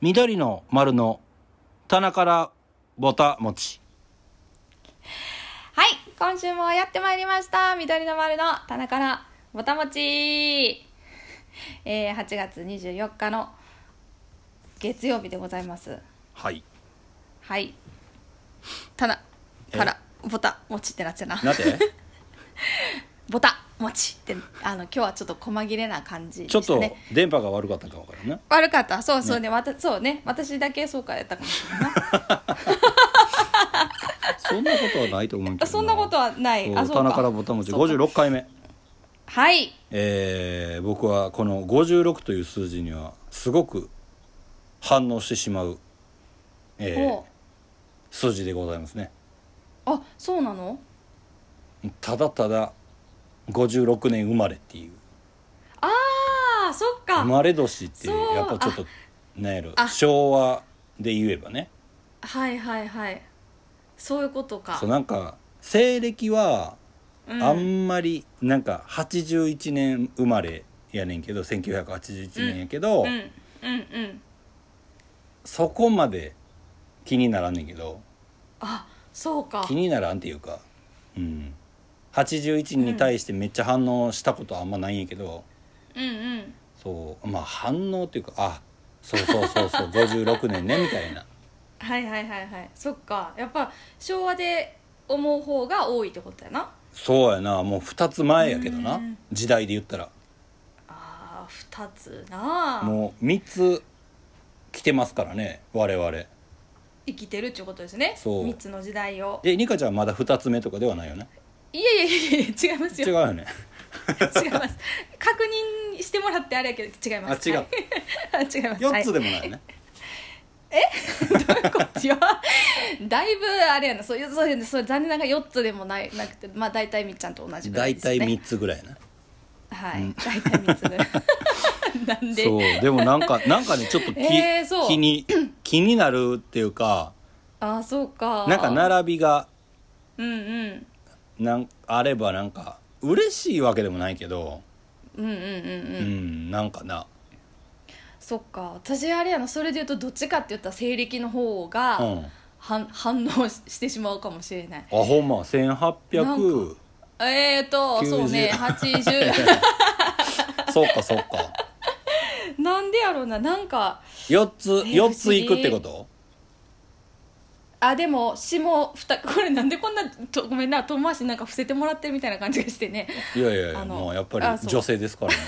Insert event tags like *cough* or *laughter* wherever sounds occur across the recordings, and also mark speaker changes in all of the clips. Speaker 1: 緑の丸の棚からぼた餅
Speaker 2: はい、今週もやってまいりました。緑の丸の棚からぼたもち。えー、8月24日の月曜日でございます。
Speaker 1: はい
Speaker 2: はい。棚からぼたもちってなってたな。
Speaker 1: な
Speaker 2: *laughs*
Speaker 1: ぜ
Speaker 2: ぼたもちって、あの、今日はちょっと細切れな感じで
Speaker 1: ちょっ
Speaker 2: した
Speaker 1: と
Speaker 2: ね。
Speaker 1: 電波が悪かったかわからんな
Speaker 2: 悪かった。そうそうね。わたそうね。私だけそうかやったかもしれないな。
Speaker 1: そんなことはないと思うけど
Speaker 2: *laughs* あそんなことはない
Speaker 1: そう
Speaker 2: あそうか
Speaker 1: 棚からぼた餅
Speaker 2: そうか
Speaker 1: 56回目
Speaker 2: はい。
Speaker 1: えー僕はこの56という数字にはすごく反応してしまう、えー
Speaker 2: お
Speaker 1: 数字でございますね
Speaker 2: あ、そうなの
Speaker 1: ただただ56年生まれっていう
Speaker 2: ああ、そっか。
Speaker 1: 生まれ年って
Speaker 2: そう
Speaker 1: やっぱちょっとなんやろ
Speaker 2: あ
Speaker 1: 昭和で言えばね
Speaker 2: はいはいはいそういうことか
Speaker 1: そうなんか西暦は
Speaker 2: うん
Speaker 1: あんまりなんか81年生まれやねんけど1981年やけど、
Speaker 2: うんうんうん
Speaker 1: そこまで気にならんねんけど
Speaker 2: あそうか
Speaker 1: 気にならんっていうか、うん、81に対してめっちゃ反応したことはあんまないんやけど、
Speaker 2: うんうん
Speaker 1: そうまあ反応っていうかあそうそうそう
Speaker 2: *laughs*
Speaker 1: そう56年ねみたいな
Speaker 2: はいはいはいはいそっかやっぱ昭和で思う方が多いってことやな
Speaker 1: そうやなもう2つ前やけど
Speaker 2: う
Speaker 1: なん時代で言ったら
Speaker 2: あー2つなあ
Speaker 1: もう3つ来てますからね我々で
Speaker 2: 生きてるっていうことですね
Speaker 1: そう
Speaker 2: 3つの時代を
Speaker 1: ニカちゃんはまだ2つ目とかではないよね
Speaker 2: いやいやいやいや違います
Speaker 1: 違う
Speaker 2: よ
Speaker 1: よね
Speaker 2: 違います確認してもらってあれやけど違い
Speaker 1: あ
Speaker 2: ます
Speaker 1: 違う
Speaker 2: はい *laughs* あ違います
Speaker 1: 4つ
Speaker 2: で
Speaker 1: でもないよね、
Speaker 2: *laughs* こっちはだいぶあれやなそういうそういうそういう残念ながら4つでもないなくてまあ大体みっちゃんと同じぐらい
Speaker 1: 大
Speaker 2: ですね
Speaker 1: 体3つぐらいやな
Speaker 2: はい、大体3つぐらい
Speaker 1: *laughs*
Speaker 2: なんで
Speaker 1: そうでもなんかなんかねちょっとき
Speaker 2: *laughs* えーそう
Speaker 1: 気に気になるっていうか
Speaker 2: ああそうか
Speaker 1: なんか並びが
Speaker 2: うんうん
Speaker 1: なんあればなんか嬉しいわけでもないけど
Speaker 2: うんうんうんう、
Speaker 1: うんんなんかな
Speaker 2: そっか私あれやなそれで言うとどっちかって言ったら西暦の方
Speaker 1: う
Speaker 2: が、
Speaker 1: んあ
Speaker 2: はん、反応ししてしまうかもしれない
Speaker 1: ほんま1800
Speaker 2: えーと
Speaker 1: 90
Speaker 2: そうね80
Speaker 1: *laughs* そうかそうか
Speaker 2: なんでやろうななんか
Speaker 1: 4つ
Speaker 2: えー
Speaker 1: 四ついくってこと
Speaker 2: あでも下二これなんでこんなとごめんな遠回しなんか伏せてもらってるみたいな感じがしてね
Speaker 1: いやいやいや
Speaker 2: あの
Speaker 1: もうやっぱ
Speaker 2: あ
Speaker 1: り
Speaker 2: そう
Speaker 1: 女性ですからね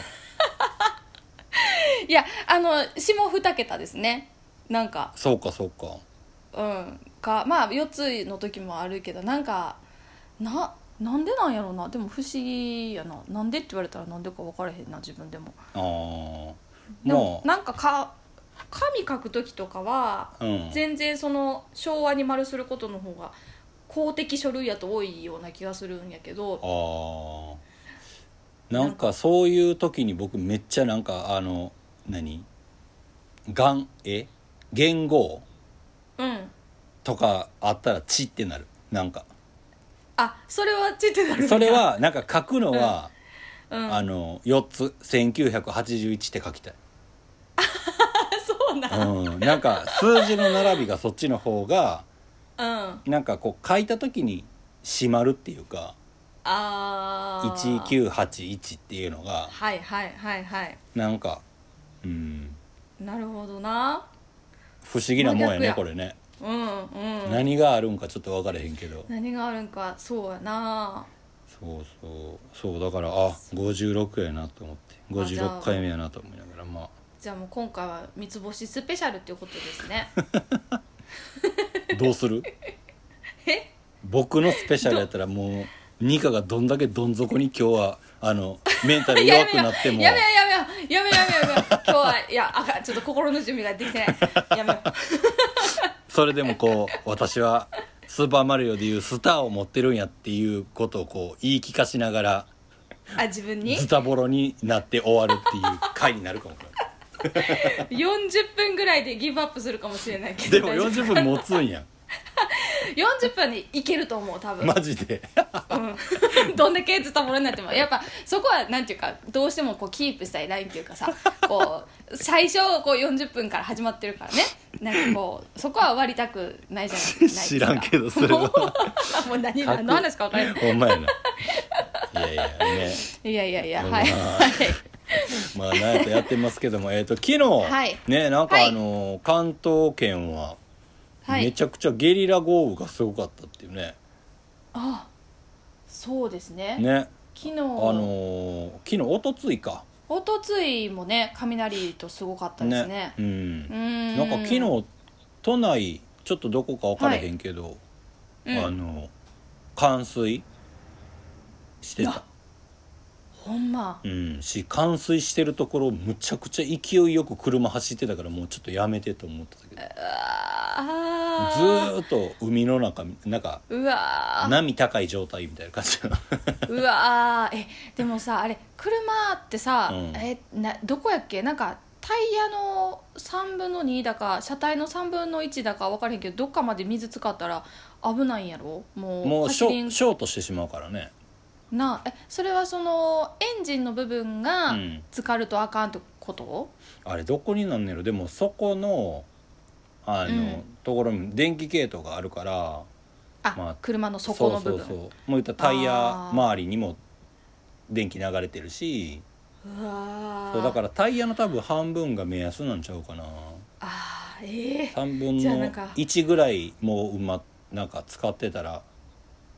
Speaker 2: *laughs* いやあの下二桁ですねなんか
Speaker 1: そうかそうか
Speaker 2: うんかまあ4つの時もあるけどなんかななんでなんやろうなでも不思議やななんでって言われたらなんでか分からへんな自分でも
Speaker 1: あー
Speaker 2: でも
Speaker 1: も
Speaker 2: なんかか紙書く時とかは
Speaker 1: う、うん、
Speaker 2: 全然その昭和に丸することの方が公的書類やと多いような気がするんやけど
Speaker 1: ああなんかそういう時に僕めっちゃなんかあの何元え元号
Speaker 2: うん
Speaker 1: とかあったら「ち」ってなるなんか
Speaker 2: あそれはちってなる
Speaker 1: それ、はなんか書くのは、
Speaker 2: うん、
Speaker 1: あ
Speaker 2: あ
Speaker 1: の4つ1981って書きたい、
Speaker 2: そうなん
Speaker 1: うん、なんか数字の並びがそっちの方が
Speaker 2: うん
Speaker 1: なんかこう書いた時に締まるっていうか
Speaker 2: ああ
Speaker 1: 1981っていうのが
Speaker 2: はいはいはいはい
Speaker 1: なんかうん
Speaker 2: なるほどな
Speaker 1: 不思議なもんや
Speaker 2: 真逆
Speaker 1: ね
Speaker 2: や
Speaker 1: これね
Speaker 2: うんうん
Speaker 1: 何があるんかちょっと分からへんけど
Speaker 2: 何があるんかそうやな
Speaker 1: そうそうそうだからあ56やなと思って
Speaker 2: あじゃ
Speaker 1: 56
Speaker 2: あ
Speaker 1: 回目やなと思いながらまあ
Speaker 2: じゃあもう今回は三つ星スペシャルっていうことですね
Speaker 1: どうする
Speaker 2: *laughs* え
Speaker 1: 僕のスペシャルやったらもうニカがどんだけどん底に今日はあ
Speaker 2: *laughs*
Speaker 1: のメンタル *laughs* 弱くなっても
Speaker 2: やめようやめようやめようやめようやめよう今日はいやあかんちょっと心の準備ができてないやめよう
Speaker 1: それでもこう私は「スーパーマリオ」でいうスターを持ってるんやっていうことをこう言い聞かしながら
Speaker 2: あ自
Speaker 1: *laughs*
Speaker 2: 分に
Speaker 1: ズタボロになって終わるっていう回になるかもこ
Speaker 2: 40分ぐらいでギブアップするかもしれないけ
Speaker 1: れで
Speaker 2: ど
Speaker 1: も
Speaker 2: *laughs* 大丈夫
Speaker 1: 40分持つんやん
Speaker 2: 40分でいけると思う多分、
Speaker 1: マジで
Speaker 2: うん *laughs* どんだけずっともろになってもやっぱそこはなんていうかどうしてもこうキープしたいラインっていうかさこう *laughs* 最初こう40分から始まってるからねなんかこうそこは終わりたくないじゃないですか
Speaker 1: 知らんけどそれは
Speaker 2: もう *laughs* もう何何の話か分からな
Speaker 1: *laughs*
Speaker 2: い
Speaker 1: ほんまやないやいやね
Speaker 2: いやいやいや
Speaker 1: まあ
Speaker 2: はいはい
Speaker 1: まあなんやとやってますけどもえっ、と昨日、
Speaker 2: はい
Speaker 1: ねなんか
Speaker 2: はい
Speaker 1: あのー関東圏は
Speaker 2: はい
Speaker 1: めちゃくちゃゲリラ豪雨がすごかったっていうね、
Speaker 2: あそうですね
Speaker 1: ね
Speaker 2: 昨日
Speaker 1: あのー昨日おとついか
Speaker 2: おとついもね雷とすごかったですね
Speaker 1: うん
Speaker 2: うーん
Speaker 1: なんか昨日都内ちょっとどこか分からへんけど、
Speaker 2: うん
Speaker 1: あの冠水してた、
Speaker 2: ほんま
Speaker 1: うん、し冠水してるところむちゃくちゃ勢いよく車走ってたからもうちょっとやめてと思ってたけど
Speaker 2: あ
Speaker 1: ず
Speaker 2: ー
Speaker 1: ーっと海の中なんか
Speaker 2: うわー
Speaker 1: 波高い状態みたいな感じだな
Speaker 2: うわーえでもさあれ車ってさ、
Speaker 1: うん
Speaker 2: えなどこやっけなんかタイヤの3分の2だか車体の3分の1だか分からへんけどどっかまで水使ったら危ないんやろもう
Speaker 1: もうシ
Speaker 2: 走り
Speaker 1: ョ
Speaker 2: ん
Speaker 1: ショートしてしまうからね
Speaker 2: なえそれはそのエンジンの部分が
Speaker 1: うん
Speaker 2: 浸かるとあかんってこと、
Speaker 1: あれどこになんねやろでもそこのあの、
Speaker 2: うん
Speaker 1: ところに電気系統があるから
Speaker 2: あ、
Speaker 1: まあ
Speaker 2: 車の底の部分
Speaker 1: そうそうそうもういったらタイヤ
Speaker 2: あー
Speaker 1: 周りにも電気流れてるし
Speaker 2: うわー
Speaker 1: そうだからタイヤの多分半分が目安なんちゃうかな
Speaker 2: あーええ
Speaker 1: 3分
Speaker 2: じゃあな
Speaker 1: の
Speaker 2: んか
Speaker 1: 1ぐらいもううまなんか使ってたら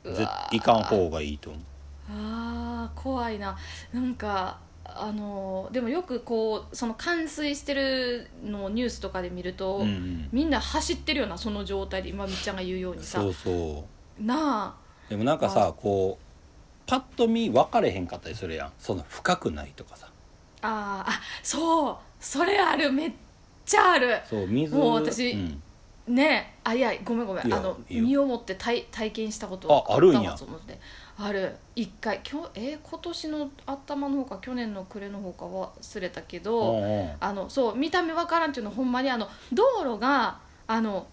Speaker 2: う
Speaker 1: ぜ
Speaker 2: わー
Speaker 1: いかん方がいいと思う
Speaker 2: あー怖いななんかあのーでもよくこうその冠水してるのをニュースとかで見ると、
Speaker 1: うんうん、
Speaker 2: みんな走ってるようなその状態で今みっちゃんが言うようにさ
Speaker 1: そうそう
Speaker 2: な
Speaker 1: でもなんか
Speaker 2: ま
Speaker 1: さこうパッと見分かれへんかったりするやんその深くないとかさ
Speaker 2: ああーあそうそれあるめっちゃある
Speaker 1: そう水
Speaker 2: もう私
Speaker 1: ん
Speaker 2: ねえあいやごめんごめん
Speaker 1: いや
Speaker 2: あの
Speaker 1: いいよ
Speaker 2: 身をもって体体験したこと
Speaker 1: ああるんや
Speaker 2: ったわと思ってある一回きょえー今年の頭の方か去年の暮れの方か忘れたけ
Speaker 1: う
Speaker 2: ど、
Speaker 1: んうん
Speaker 2: あのそう見た目わからんっていうのほんまにあの道路があの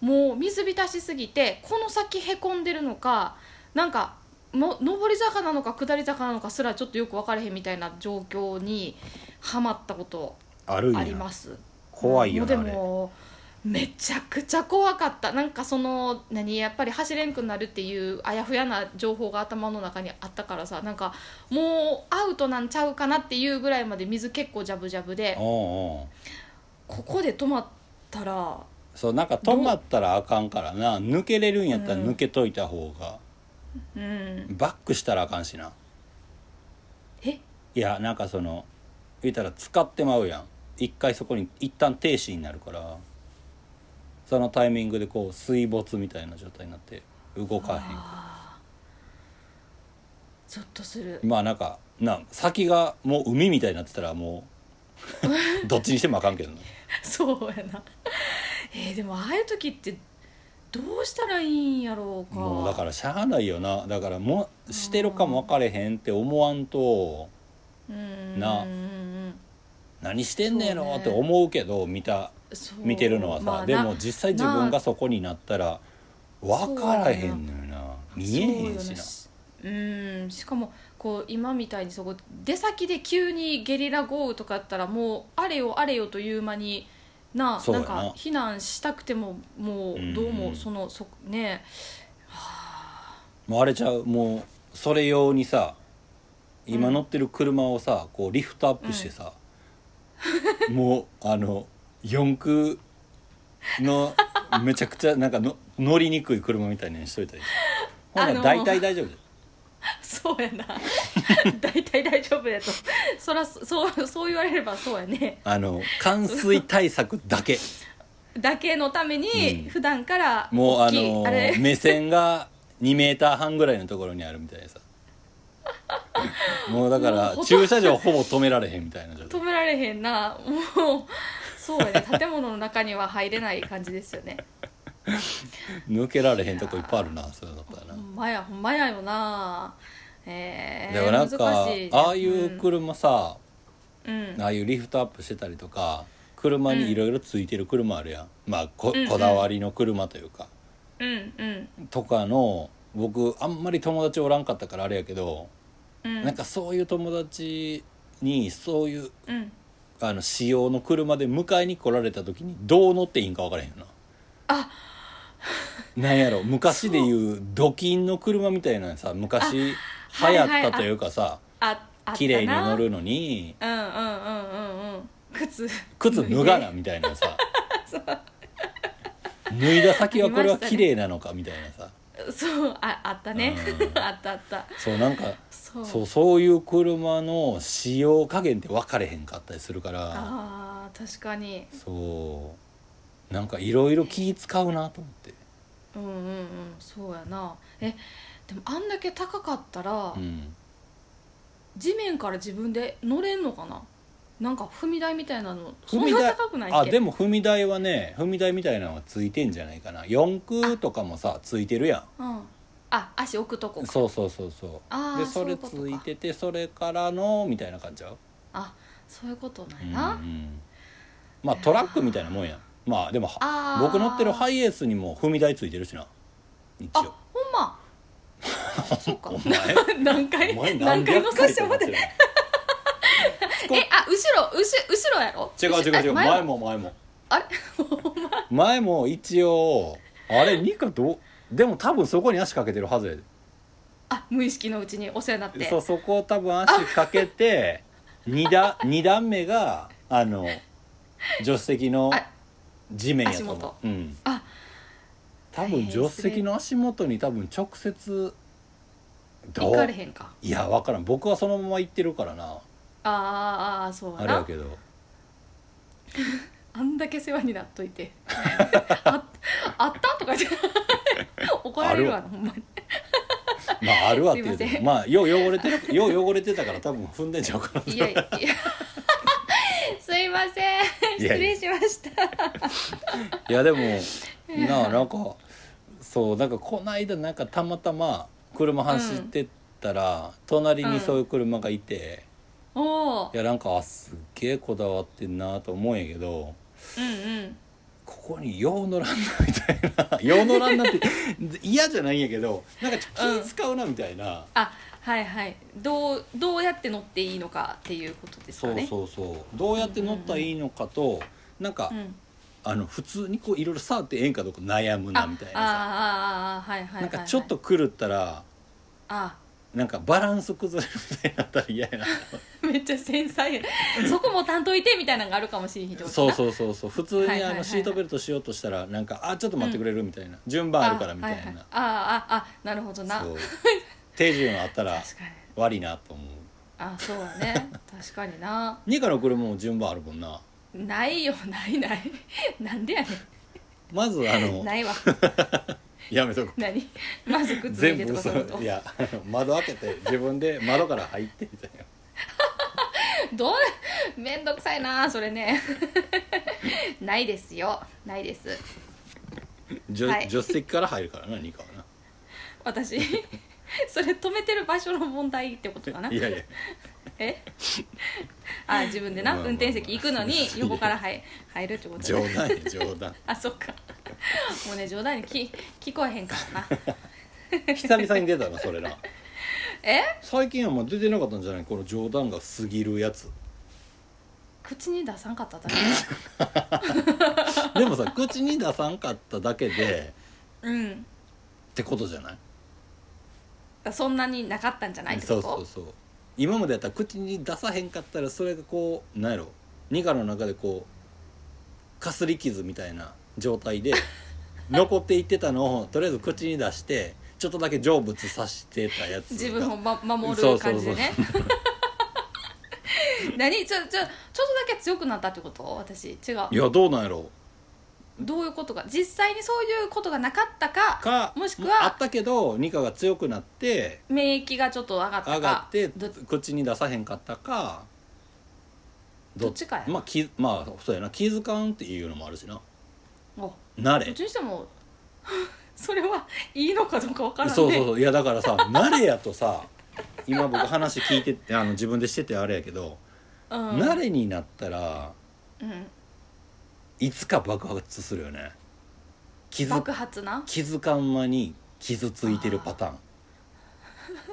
Speaker 2: もう水浸しすぎてこの先へこんでるのかなんかも上り坂なのか下り坂なのかすらちょっとよく分からへんみたいな状況にはまったこと
Speaker 1: あるん
Speaker 2: あ
Speaker 1: や
Speaker 2: ります。
Speaker 1: 怖いよなあ
Speaker 2: もうで
Speaker 1: れ
Speaker 2: もめちゃくちゃ怖かったなんかその何やっぱり走れんくなるっていうあやふやな情報が頭の中にあったからさなんかもうアウトなんちゃうかなっていうぐらいまで水結構ジャブジャブで
Speaker 1: うんうん
Speaker 2: ここで止まったら
Speaker 1: そうなんか止まったらあかんからな抜けれるんやったら
Speaker 2: うん
Speaker 1: 抜けといた方が、
Speaker 2: うん
Speaker 1: バックしたらあかんしな
Speaker 2: え
Speaker 1: いやなんかその言ったら使ってまうやん一回そこに一旦停止になるからそのタイミングでこう水没みたいな状態になって動かへ
Speaker 2: あーゾッとする *laughs*
Speaker 1: んまあなんかな先がもう海みたいになってたらも
Speaker 2: *laughs*
Speaker 1: うどっちにしてもあかんけどな
Speaker 2: そうやなえーでもああいう時ってどうしたらいいんやろうか
Speaker 1: もうだからしゃあないよなだからもうしてるかも分かれへんって思わんと
Speaker 2: うん
Speaker 1: な
Speaker 2: うんうんうん
Speaker 1: 何してんねや
Speaker 2: そ
Speaker 1: ろ
Speaker 2: うね
Speaker 1: って思うけど見た
Speaker 2: そう
Speaker 1: 見てるのはさ、
Speaker 2: まあ
Speaker 1: で
Speaker 2: な
Speaker 1: も実際自分がそこになったら分からへんのよな見えへんしな
Speaker 2: そうよねうんしかもこう今みたいにそこ出先で急にゲリラ豪雨とかやったらもうあれよあれよという間にな
Speaker 1: そう
Speaker 2: な
Speaker 1: や
Speaker 2: ん
Speaker 1: な
Speaker 2: か避難したくてもも
Speaker 1: うん
Speaker 2: うどうもそのそね
Speaker 1: もうあれちゃうもうそれ用にさ今
Speaker 2: うん
Speaker 1: 乗ってる車をさこうリフトアップしてさ、もうあの四駆のめちゃくちゃなんかの乗りにくい車みたいにしといたりほ
Speaker 2: あ
Speaker 1: ら
Speaker 2: の
Speaker 1: 大体大丈夫だよ
Speaker 2: そうやな *laughs* 大体大丈夫やとそらそうそう言われればそうやね
Speaker 1: あの冠水対策だけ
Speaker 2: だけのため
Speaker 1: うん
Speaker 2: に普段から
Speaker 1: もうあ
Speaker 2: *laughs* 大きい
Speaker 1: の
Speaker 2: あれ
Speaker 1: 目線が2メーター半ぐらいのところにあるみたいなさもうだか
Speaker 2: もうほ
Speaker 1: ら
Speaker 2: とんど
Speaker 1: 駐車場ほぼ止められへんみたいな状態
Speaker 2: 止められへんなもうそうやね建物の中には入れない感じですよね
Speaker 1: 抜けられへんとこいっぱいあるなそういうのったらな
Speaker 2: ほんまやほんまやよなえー、
Speaker 1: でもなんか、
Speaker 2: 難しいね
Speaker 1: ああいう車さ、
Speaker 2: うん、うん
Speaker 1: ああいうリフトアップしてたりとか車にいろいろついてる車あるやん、まあこ
Speaker 2: うんうん
Speaker 1: こだわりの車というか、
Speaker 2: うんうん
Speaker 1: とかの僕あんまり友達おらんかったからあれやけど、
Speaker 2: うん
Speaker 1: なんかそういう友達にそういう
Speaker 2: うん
Speaker 1: あの使用の車で迎えに来られた時にどう乗っていいんか分からへんよな
Speaker 2: あ
Speaker 1: *laughs* なんやろ昔でいうドキンの車みたいなのさ昔
Speaker 2: あ
Speaker 1: 流
Speaker 2: はい
Speaker 1: 行
Speaker 2: は
Speaker 1: っ
Speaker 2: い
Speaker 1: たというかさ
Speaker 2: ああったな
Speaker 1: 綺麗に乗るのに
Speaker 2: うんうんうんうんうん靴
Speaker 1: 靴脱がなみたいな
Speaker 2: *laughs*
Speaker 1: さ脱いだ先はこれは綺麗なのかみたいなさ
Speaker 2: そうああったね
Speaker 1: うん
Speaker 2: *laughs* あったあった
Speaker 1: そうなんか
Speaker 2: そう
Speaker 1: そうそういう車の使用加減って分かれへんかったりするから
Speaker 2: あー確かに
Speaker 1: そうなんかいろいろ気使うなと思って、
Speaker 2: うんうんうんそうやなえでもあんだけ高かったら、
Speaker 1: うん、
Speaker 2: 地面から自分で乗れんのかななんか踏み台みたいなのそ
Speaker 1: 踏
Speaker 2: ん
Speaker 1: み台
Speaker 2: な高くないっけ
Speaker 1: あでも踏み台はね踏み台みたいなのがついてんじゃないかな四駆とかもさついてるや
Speaker 2: うん、あ足置くとこ
Speaker 1: ん
Speaker 2: か
Speaker 1: そうそうそうそう
Speaker 2: ああ
Speaker 1: でそれ
Speaker 2: そ
Speaker 1: つ
Speaker 2: うい
Speaker 1: い
Speaker 2: うことか
Speaker 1: ててそれからのみたいな感じちゃう
Speaker 2: あそういうことな
Speaker 1: う
Speaker 2: い
Speaker 1: ん
Speaker 2: な、
Speaker 1: うんまあトラックみたいなもんやんまあでもは
Speaker 2: あー
Speaker 1: 僕乗ってるハイエースにも踏み台ついてるしな一
Speaker 2: あ
Speaker 1: 応
Speaker 2: ほんま
Speaker 1: *laughs*
Speaker 2: そうか *laughs*
Speaker 1: お前
Speaker 2: 何回
Speaker 1: お前
Speaker 2: 何回乗させてもらっ
Speaker 1: 何
Speaker 2: て
Speaker 1: 百回
Speaker 2: えあ後ろ後後ろやろ
Speaker 1: 違う
Speaker 2: 後
Speaker 1: 違う違う
Speaker 2: あ
Speaker 1: 前も前も
Speaker 2: あれ *laughs*
Speaker 1: 前も一応あれニカどうでも多分そこに足かけてるはずやで
Speaker 2: あ無意識のうちにお世話になって
Speaker 1: そうそこを多分足かけ
Speaker 2: *laughs*
Speaker 1: て2段二段目があの助手席の
Speaker 2: あ
Speaker 1: 地面やと
Speaker 2: 足
Speaker 1: 思
Speaker 2: 元
Speaker 1: う、うん、
Speaker 2: あ
Speaker 1: 多分助手席の足元に多分直接ど
Speaker 2: 行か
Speaker 1: う
Speaker 2: れへんか
Speaker 1: いや分からん僕はそのまま行ってるからな
Speaker 2: あーあーそうや
Speaker 1: あれや
Speaker 2: な
Speaker 1: けど
Speaker 2: あんだけ世話になっとい
Speaker 1: *laughs*
Speaker 2: てああったとか言って怒られるわなほんまに
Speaker 1: まああるわっていう
Speaker 2: すいませ
Speaker 1: と
Speaker 2: ん
Speaker 1: まあよう汚れてるよう汚れてたから多分踏んでんちゃうかなと
Speaker 2: いや
Speaker 1: *laughs*
Speaker 2: いやすいません
Speaker 1: いやい
Speaker 2: 失
Speaker 1: や
Speaker 2: 礼しました
Speaker 1: いやでもなあなんかそうなんかこないだなんかたまたま車走ってったら、隣にそういう車がいて、
Speaker 2: おお
Speaker 1: いやなんかあすっげえこだわってんなと思うんやけど
Speaker 2: うんうん
Speaker 1: ここによう乗らんなみたいな *laughs* よう乗らんなって嫌じゃないんやけどなんかちょっと気使うなみたいな、
Speaker 2: あはいはいどうどうやって乗っていいのかっていうことです
Speaker 1: そ
Speaker 2: か
Speaker 1: う
Speaker 2: ねう
Speaker 1: そうそうどうやって乗ったらいいのかと、なんか、
Speaker 2: ん、
Speaker 1: あの普通にこういろいろ触ってええんかどうか悩む
Speaker 2: あ
Speaker 1: なみたいなさ
Speaker 2: あーあーあーはいはいはいはい
Speaker 1: なんかちょっと狂ったら
Speaker 2: あ
Speaker 1: なんかバランス崩れるみたいになったら嫌や
Speaker 2: *laughs*
Speaker 1: な
Speaker 2: めっちゃ繊細やそこも担当いてみたいなのがあるかもしれん人
Speaker 1: そう
Speaker 2: う
Speaker 1: そうそうそう普通
Speaker 2: はい
Speaker 1: にあ
Speaker 2: はいはいは
Speaker 1: の
Speaker 2: い
Speaker 1: シートベルトしようとしたらなんか「あちょっと待ってくれる」みたいな、順番あるからみたい
Speaker 2: あ,、はいはい
Speaker 1: な、、
Speaker 2: ああああなるほどな
Speaker 1: そ
Speaker 2: 確
Speaker 1: う *laughs* 手順あったら
Speaker 2: かに
Speaker 1: 悪いなと思う
Speaker 2: あそうだね確かにな
Speaker 1: ニカの車も順番あるもんな
Speaker 2: ないよないないなんでやね
Speaker 1: まずあ
Speaker 2: ん
Speaker 1: の
Speaker 2: *laughs* ないわ
Speaker 1: やめとこう
Speaker 2: 何まず靴脱い
Speaker 1: 全
Speaker 2: でと
Speaker 1: 部
Speaker 2: か
Speaker 1: そ
Speaker 2: そういうこと
Speaker 1: ういやあの窓開けて自分で窓から入ってみたいな
Speaker 2: どうめんどくさいなそれねないですよないです
Speaker 1: じょ
Speaker 2: はい
Speaker 1: 助手席から入るからなニカはな
Speaker 2: 私それ止めてる場所の問題ってことかない
Speaker 1: やいや
Speaker 2: えあ自分で
Speaker 1: ま
Speaker 2: な
Speaker 1: あまあまあ
Speaker 2: 運転席行くのに横から入入るってこと
Speaker 1: 冗
Speaker 2: ね
Speaker 1: 談
Speaker 2: *laughs*
Speaker 1: や冗談
Speaker 2: あそっかもうね冗談にき聞こえへんからな
Speaker 1: 久々に出たなそれな
Speaker 2: え
Speaker 1: 最近はもう出てなかったんじゃないこの冗談が過ぎるやつ
Speaker 2: 口に出さんかっただ
Speaker 1: *laughs*
Speaker 2: け
Speaker 1: でもさ口に出さんかっただけで
Speaker 2: うん
Speaker 1: ってことじゃない
Speaker 2: そんなになかったんじゃないって
Speaker 1: そ
Speaker 2: こ
Speaker 1: うそう
Speaker 2: と
Speaker 1: そう今までやったら口に出さへんかったらそれがこうなんやろニカの中でこうかすり傷みたいな状態
Speaker 2: *laughs*
Speaker 1: で残っていってたのをとりあえず口に出してちょっとだけ成仏させてたやつが
Speaker 2: 自分を、ま、守
Speaker 1: そ
Speaker 2: る
Speaker 1: うそう
Speaker 2: 感
Speaker 1: そう
Speaker 2: じでね *laughs* 何ちょちょちょっとだけ強くなったってこと私違う
Speaker 1: いやどうなんやろ
Speaker 2: どういうことか実際にそういうことがなかったか
Speaker 1: か
Speaker 2: もしくは
Speaker 1: あったけどニカが強くなって
Speaker 2: 免疫がちょっと上がったか
Speaker 1: 上がって
Speaker 2: ど
Speaker 1: 口に出さへんかったか
Speaker 2: どっちかやな
Speaker 1: まあきまあそうやな気づかんっていうのもあるしな
Speaker 2: お
Speaker 1: 慣
Speaker 2: どっ
Speaker 1: れ
Speaker 2: ちにしても *laughs* それはいいのかどうかわからんね
Speaker 1: そうそうそういやだからさ慣れやとさ今僕話聞いててあの自分でしててあれやけど、
Speaker 2: うん、
Speaker 1: 慣れになったら
Speaker 2: うん、
Speaker 1: いつか爆発するよね気づ
Speaker 2: 爆発な
Speaker 1: 気づかん間に傷ついてるパターン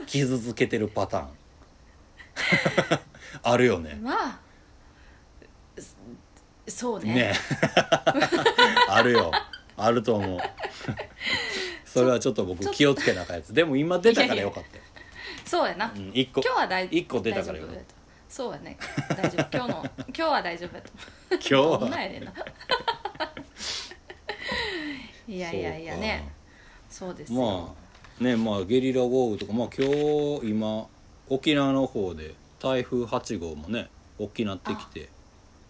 Speaker 1: 傷 *laughs* つけてるパターンあるよね
Speaker 2: まあそうね
Speaker 1: ね *laughs* あるよあると
Speaker 2: *laughs*
Speaker 1: 思うそれはちょっと
Speaker 2: ちょ
Speaker 1: 僕
Speaker 2: っと
Speaker 1: 気をつけなあかんやつでも今出たからよかったよ
Speaker 2: そうやな、
Speaker 1: うん、1個
Speaker 2: 今日は大
Speaker 1: 一個出たから
Speaker 2: 大
Speaker 1: よか
Speaker 2: 丈夫
Speaker 1: っ
Speaker 2: やとそうやね大丈夫今
Speaker 1: *laughs*
Speaker 2: 日の今日は大丈夫やと
Speaker 1: た今日は
Speaker 2: どんなんやねんな *laughs* いやいやいやねそうですよ、
Speaker 1: まあねまあゲリラ豪雨とかまあ今日今沖縄の方で台風8号もね大きなってきて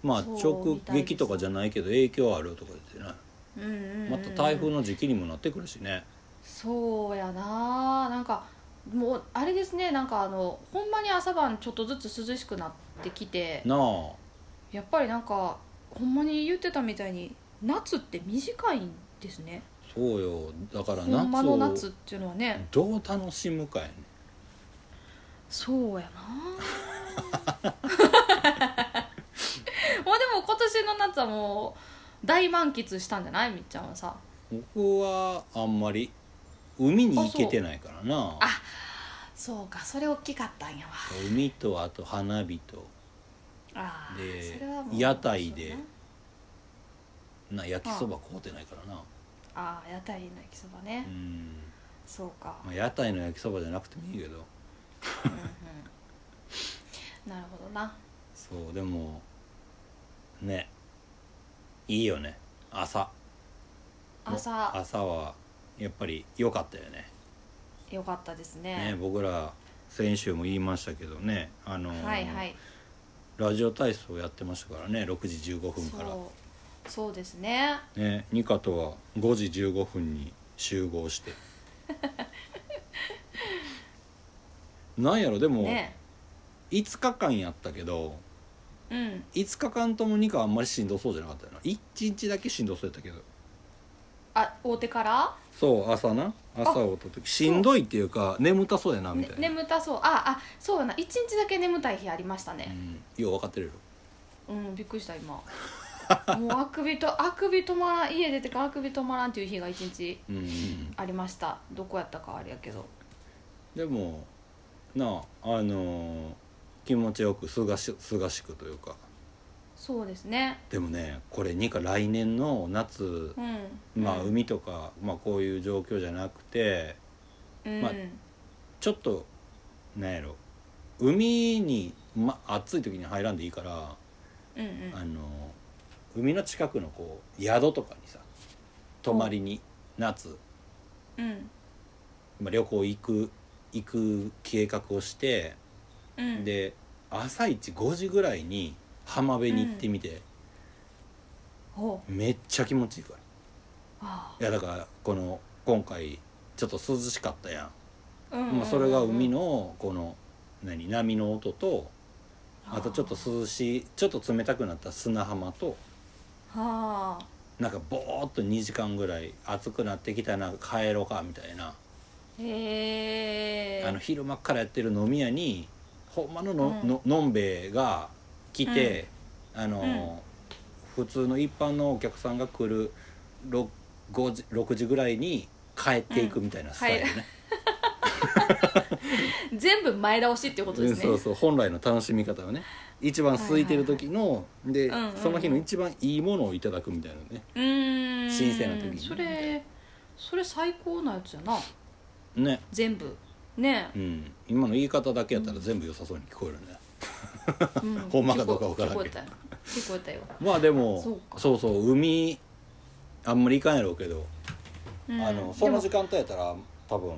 Speaker 1: まあ
Speaker 2: そう
Speaker 1: 直
Speaker 2: みたいです
Speaker 1: 撃とかじゃないけど影響あるとか言ってね
Speaker 2: うんうん
Speaker 1: ま
Speaker 2: うん
Speaker 1: た台風の時期にもなってくるしね
Speaker 2: そうやななんかもうあれですねなんかあのほんまに朝晩ちょっとずつ涼しくなってきて
Speaker 1: なあ
Speaker 2: やっぱりなんかほんまに言ってたみたいに夏って短いんですね
Speaker 1: そうよだから
Speaker 2: ほんま
Speaker 1: 夏
Speaker 2: の
Speaker 1: を
Speaker 2: 夏っていうのはね
Speaker 1: どう楽しむかやね
Speaker 2: *laughs* そうやなもうでも今年の夏はもう大満喫したんじゃないみっちゃんはさ
Speaker 1: 僕はあんまり海に行けてないからな
Speaker 2: あそうかそれ大きかったんやわ
Speaker 1: 海とあと花火と
Speaker 2: あー
Speaker 1: で
Speaker 2: それはもう
Speaker 1: 屋台で
Speaker 2: そうね
Speaker 1: な焼きそば買うてないからな
Speaker 2: ああ屋台の焼きそばね、
Speaker 1: うん
Speaker 2: そうか、
Speaker 1: まあ、屋台の焼きそばじゃなくてもいいけど
Speaker 2: うんうん、なるほどな
Speaker 1: そうでもねいいよね朝の
Speaker 2: 朝
Speaker 1: 朝はやっぱり良かったよね
Speaker 2: 良かったです
Speaker 1: ね
Speaker 2: ね
Speaker 1: 僕ら先週も言いましたけどねあの、
Speaker 2: はいはい
Speaker 1: ラジオ体操やってましたからね6時15分から
Speaker 2: そうそうですね
Speaker 1: ねニカとは5時15分に集合してなんやろでも、
Speaker 2: ね
Speaker 1: 5日間やったけど
Speaker 2: うん
Speaker 1: 5日間ともニカはあんまりしんどそうじゃなかったよな1日だけしんどそうやったけど
Speaker 2: あ大手から、
Speaker 1: そう朝な朝をと時しんどいっていうか眠たそうやなみ
Speaker 2: ね
Speaker 1: たいな、
Speaker 2: 眠たそうああそうやな一日だけ眠たい日ありました
Speaker 1: う
Speaker 2: ね
Speaker 1: ん、よう分かってるよ
Speaker 2: うん、びっくりした今 *laughs* もうあくびとあくび止まらん家出てからあくび止まらんっていう日が一日
Speaker 1: うん、うん、
Speaker 2: ありましたどこやったかあれやけど
Speaker 1: でもなああのー気持ちよくすがしすがしくというか
Speaker 2: そうですね
Speaker 1: でもねこれニカ来年の夏
Speaker 2: うん
Speaker 1: まあ
Speaker 2: うん
Speaker 1: 海とか、まあ、こういう状況じゃなくて
Speaker 2: うん、
Speaker 1: まあちょっとなんやろ海に、ま、暑い時に入らんでいいから
Speaker 2: うんうん
Speaker 1: あの海の近くのこう宿とかにさ泊まりに夏、
Speaker 2: うん
Speaker 1: まあ、旅行行く行く計画をして、
Speaker 2: うん
Speaker 1: で朝一5時ぐらいに浜辺に行ってみて、
Speaker 2: お
Speaker 1: めっちゃ気持ちいいから
Speaker 2: あ
Speaker 1: いやだからこの今回ちょっと涼しかったやん、
Speaker 2: あ、うんうんうんうん
Speaker 1: まあ、それが海のこの何波の音とあとちょっと涼しいちょっと冷たくなった砂浜と
Speaker 2: はあ
Speaker 1: なんかぼーっと2時間ぐらい暑くなってきたな帰ろうかみたいな、
Speaker 2: へえ
Speaker 1: あの昼間っからやってる飲み屋にほんまのの,、
Speaker 2: うん
Speaker 1: ののんべえが来て、あのー、普通の一般のお客さんが来るろ5時6時ぐらいに帰っていくみたいなスタイルね、
Speaker 2: 全部前倒しっていうことですね
Speaker 1: そうそう本来の楽しみ方をね一番空いてる時の、で、
Speaker 2: うんうんうん
Speaker 1: その日の一番いいものをいただくみたいなね
Speaker 2: うーん
Speaker 1: 新鮮な時に
Speaker 2: それそれ最高なやつやな
Speaker 1: ね
Speaker 2: 全部ね
Speaker 1: うん今の言い方だけやったら全部良さそうに聞こえるね、
Speaker 2: うん
Speaker 1: *laughs* ほんまかどうかわからんけど
Speaker 2: 聞こえたよ聞こえたよ、
Speaker 1: まあでも
Speaker 2: そ
Speaker 1: そう
Speaker 2: か
Speaker 1: うそう海あんまり行かんやろうけど、
Speaker 2: うん
Speaker 1: あのその時
Speaker 2: でも
Speaker 1: 間帯やったら多分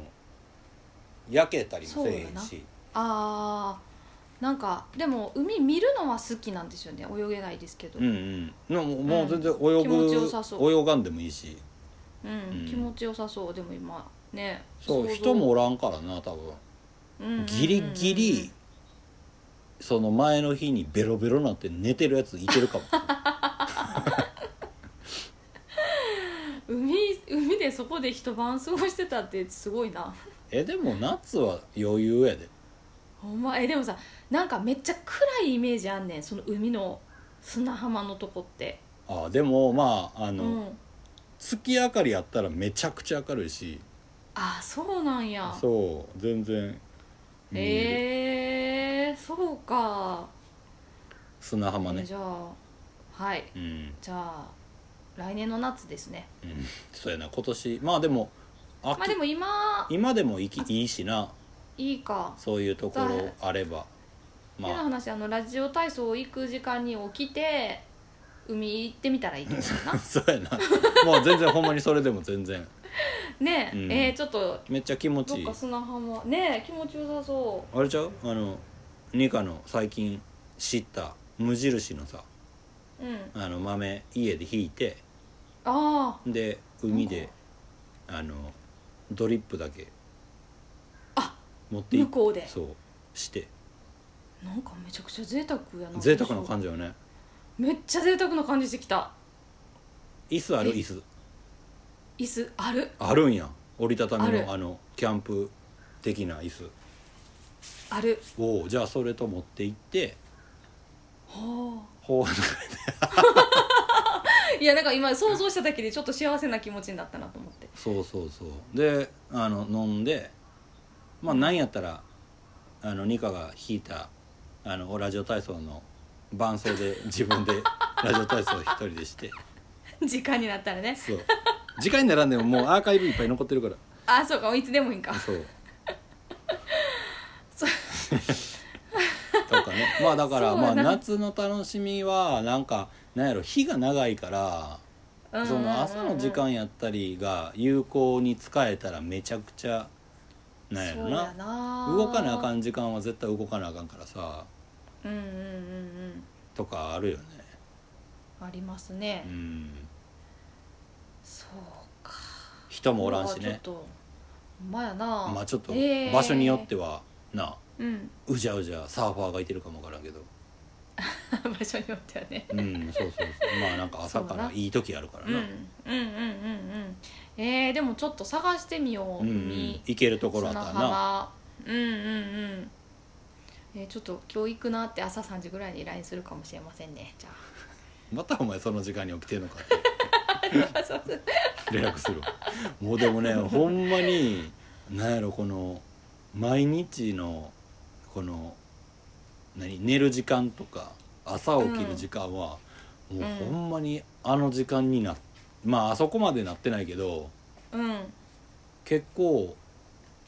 Speaker 1: 焼けたりもせえへん
Speaker 2: そう
Speaker 1: し
Speaker 2: あーなんかでも海見るのは好きなんですよね泳げないですけど、
Speaker 1: う
Speaker 2: うん
Speaker 1: んうんもうもう全然泳ぐ、
Speaker 2: 気持ちよさそ
Speaker 1: 泳がんでもいいしうん
Speaker 2: 気持ちよさそうでも今ね
Speaker 1: そう
Speaker 2: 想像
Speaker 1: 人もおらんからな多分、
Speaker 2: うんうんうんうん
Speaker 1: ギリギリその前の日にベロベロなって寝てるやついて
Speaker 2: *laughs*
Speaker 1: るかも
Speaker 2: 海海でそこで一晩過ごしてたってすごいな
Speaker 1: えでも夏は余裕やで
Speaker 2: ほんまえでもさなんかめっちゃ暗いイメージあんねんその海の砂浜のとこって
Speaker 1: あでもまああ
Speaker 2: う
Speaker 1: の、
Speaker 2: ん
Speaker 1: 月明かりやったらめちゃくちゃ明るいし
Speaker 2: あそうなんや
Speaker 1: そう全然見える
Speaker 2: へえー、そうか、
Speaker 1: 砂浜ね
Speaker 2: じゃあはい
Speaker 1: うん
Speaker 2: じゃあ来年の夏ですね
Speaker 1: うんそうやな今年まあでも秋、
Speaker 2: まあでも今
Speaker 1: 今でもいきいいしない
Speaker 2: いか
Speaker 1: そういうところあればま
Speaker 2: 手の
Speaker 1: あ
Speaker 2: 話あのラジオ体操行く時間に起きて海行ってみたらいいと思う
Speaker 1: *laughs*
Speaker 2: な
Speaker 1: *laughs* そうやなもう全然ほんまにそれでも全然
Speaker 2: ねえ、
Speaker 1: うん
Speaker 2: えーちょっと
Speaker 1: めっちゃ気持
Speaker 2: ど
Speaker 1: ち
Speaker 2: っ
Speaker 1: いい
Speaker 2: か砂浜ねえ気持ちよさそ
Speaker 1: あれちゃうあのニカの最近知った無印のさ
Speaker 2: ううん
Speaker 1: あの豆家でひいて
Speaker 2: あ
Speaker 1: で海であのドリップだけ
Speaker 2: あ
Speaker 1: 持って
Speaker 2: ー
Speaker 1: い
Speaker 2: 向こうで
Speaker 1: そうして
Speaker 2: なんかめちゃくちゃ贅沢やな
Speaker 1: 贅沢な感じよね
Speaker 2: めっちゃ贅沢な感じしてきた
Speaker 1: 椅子ある
Speaker 2: え
Speaker 1: 椅子
Speaker 2: 椅子ある
Speaker 1: あるんや折りたたみ
Speaker 2: あ
Speaker 1: の
Speaker 2: る
Speaker 1: あのキャンプ的な椅子
Speaker 2: ある
Speaker 1: おうじゃあそれと持って行って
Speaker 2: は
Speaker 1: ほう
Speaker 2: あいやなんか今想像しただけでちょっと幸せな気持ちになったなと思って
Speaker 1: そうそうそうであの飲んでまあなんやったらあのニカが弾いたあのラジオ体操の伴奏で自分
Speaker 2: *laughs*
Speaker 1: でラジオ体操を一人でして
Speaker 2: 時間になったらね
Speaker 1: そう時間に並んでももうアーカイブいっぱい残ってるから
Speaker 2: あそうかいつでもいいんか
Speaker 1: そう
Speaker 2: *laughs* そ
Speaker 1: とかねまあだから
Speaker 2: そう
Speaker 1: ま
Speaker 2: や
Speaker 1: あ
Speaker 2: な
Speaker 1: 夏の楽しみはなんかなんやろ日が長いから
Speaker 2: うんうんうん
Speaker 1: そ
Speaker 2: うん
Speaker 1: の朝の時間やったりが有効に使えたらめちゃくちゃなんやろ
Speaker 2: そうや
Speaker 1: な
Speaker 2: な
Speaker 1: 動かなあか
Speaker 2: ん
Speaker 1: ん時間は絶対動かなあかんからさ
Speaker 2: うんうんうん
Speaker 1: とかあるよね
Speaker 2: うんありますね、
Speaker 1: うん
Speaker 2: そうか
Speaker 1: 人もおらんし
Speaker 2: うわちょっ
Speaker 1: ね
Speaker 2: とほんまやな
Speaker 1: まあちょっと
Speaker 2: ええ
Speaker 1: 場所によってはな
Speaker 2: うん *laughs*
Speaker 1: うじゃうじゃサーファーがいてるかもわからんけど
Speaker 2: 場所によってはね
Speaker 1: うんそうそうそうまあなんか朝からいい時あるから
Speaker 2: うん、う
Speaker 1: な
Speaker 2: んうんうんうんえー、でもちょっと探してみよう、
Speaker 1: うんうん
Speaker 2: 海
Speaker 1: 行けるところあっ
Speaker 2: 砂
Speaker 1: たらな
Speaker 2: 浜うんうんうんえー、ちょっと今日行くなって朝3時ぐらいに LINE するかもしれませんねじゃ
Speaker 1: またお前その時間に起きてんのか *laughs*
Speaker 2: あ *laughs* そうそう
Speaker 1: 連絡するわもうでもねほんまになんやろこの毎日のこの何寝る時間とか朝起きる時間は、
Speaker 2: ん
Speaker 1: もうう
Speaker 2: う
Speaker 1: んほんまにあの時間になまああそこまでなってないけど
Speaker 2: うん
Speaker 1: 結構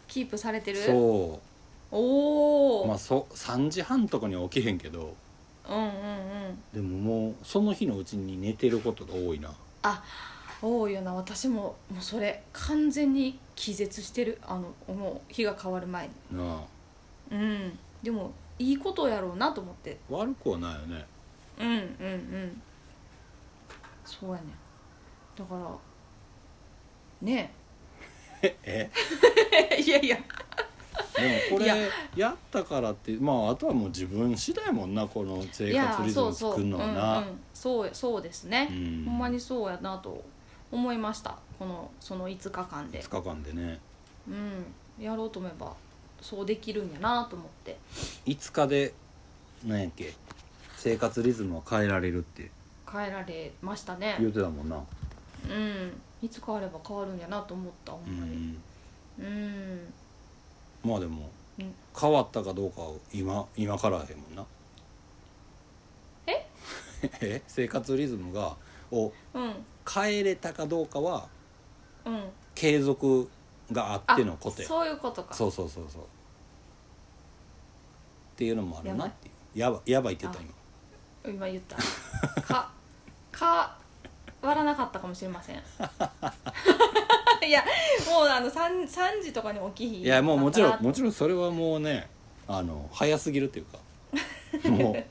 Speaker 2: キープされてる
Speaker 1: そ
Speaker 2: お
Speaker 1: う
Speaker 2: お、
Speaker 1: まあそ3時半とかに起きへんけど
Speaker 2: うんうんうん
Speaker 1: でももうその日のうちに寝てることが多いな
Speaker 2: 多いよな私ももうそれ完全に気絶してるあのもう日が変わる前に
Speaker 1: なあ
Speaker 2: うんでもいいことやろうなと思って
Speaker 1: 悪くはないよね
Speaker 2: うんうんうんそうやねだからね
Speaker 1: え
Speaker 2: え *laughs* いやいや
Speaker 1: でもこ
Speaker 2: いや
Speaker 1: れやったからってまああとはもう自分次第もんなこの生
Speaker 2: いや
Speaker 1: 活リズ
Speaker 2: そ
Speaker 1: ム
Speaker 2: うそう
Speaker 1: 作
Speaker 2: う
Speaker 1: る
Speaker 2: んう
Speaker 1: のはな。
Speaker 2: んそうそうですね、
Speaker 1: うん
Speaker 2: ほんまにそうやなと思いましたこのその5日間で
Speaker 1: 2日間でね
Speaker 2: うんやろうと思えばそうできるんやなと思って
Speaker 1: 5日で何やっけ生活リズムは変えられるって
Speaker 2: 変えられましたね
Speaker 1: 言ってたもんな、
Speaker 2: うん、いつ変われば変わるんやなと思ったほ
Speaker 1: うん
Speaker 2: まに
Speaker 1: ん、
Speaker 2: うん、
Speaker 1: まあでも
Speaker 2: うん
Speaker 1: 変わったかどうかは今今からへんもんな
Speaker 2: え
Speaker 1: *laughs* え生活リズムがを
Speaker 2: うん
Speaker 1: 変えれたかどうかは
Speaker 2: うん
Speaker 1: 継続があってのこ
Speaker 2: あ
Speaker 1: とや
Speaker 2: そういうことか
Speaker 1: そうそうそうそうっていうのもあるなっていうやばやばいって言った今
Speaker 2: 今言った *laughs* かか変わらなかったかもしれません *laughs* いやもうあの 3, 3時とかに起きひ
Speaker 1: いやもうもちろん
Speaker 2: ん
Speaker 1: もちろんそれはもうねあの早すぎるっていうかもう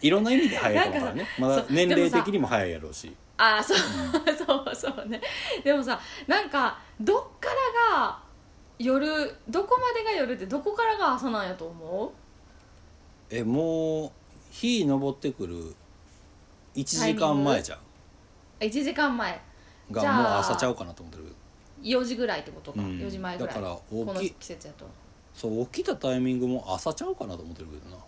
Speaker 1: いろんな意味で早いと思うからねま
Speaker 2: さ
Speaker 1: だ
Speaker 2: そう
Speaker 1: 年
Speaker 2: でも
Speaker 1: 齢
Speaker 2: さ
Speaker 1: 的にも早いやろうし
Speaker 2: ああそう *laughs* そうそうねでもさなんかどっからが夜どこまでが夜ってどこからが朝なんやと思
Speaker 1: えもう日登ってくる1時間前じゃん
Speaker 2: う1時間前
Speaker 1: が
Speaker 2: じゃあ
Speaker 1: もう朝ちゃうかなと思ってるけど
Speaker 2: 4時ぐらいってことか、
Speaker 1: うん
Speaker 2: 4時前ぐらい
Speaker 1: だから大きい
Speaker 2: この季節やと
Speaker 1: そう起きたタイミングも朝ちゃうかなと思ってるけどな
Speaker 2: な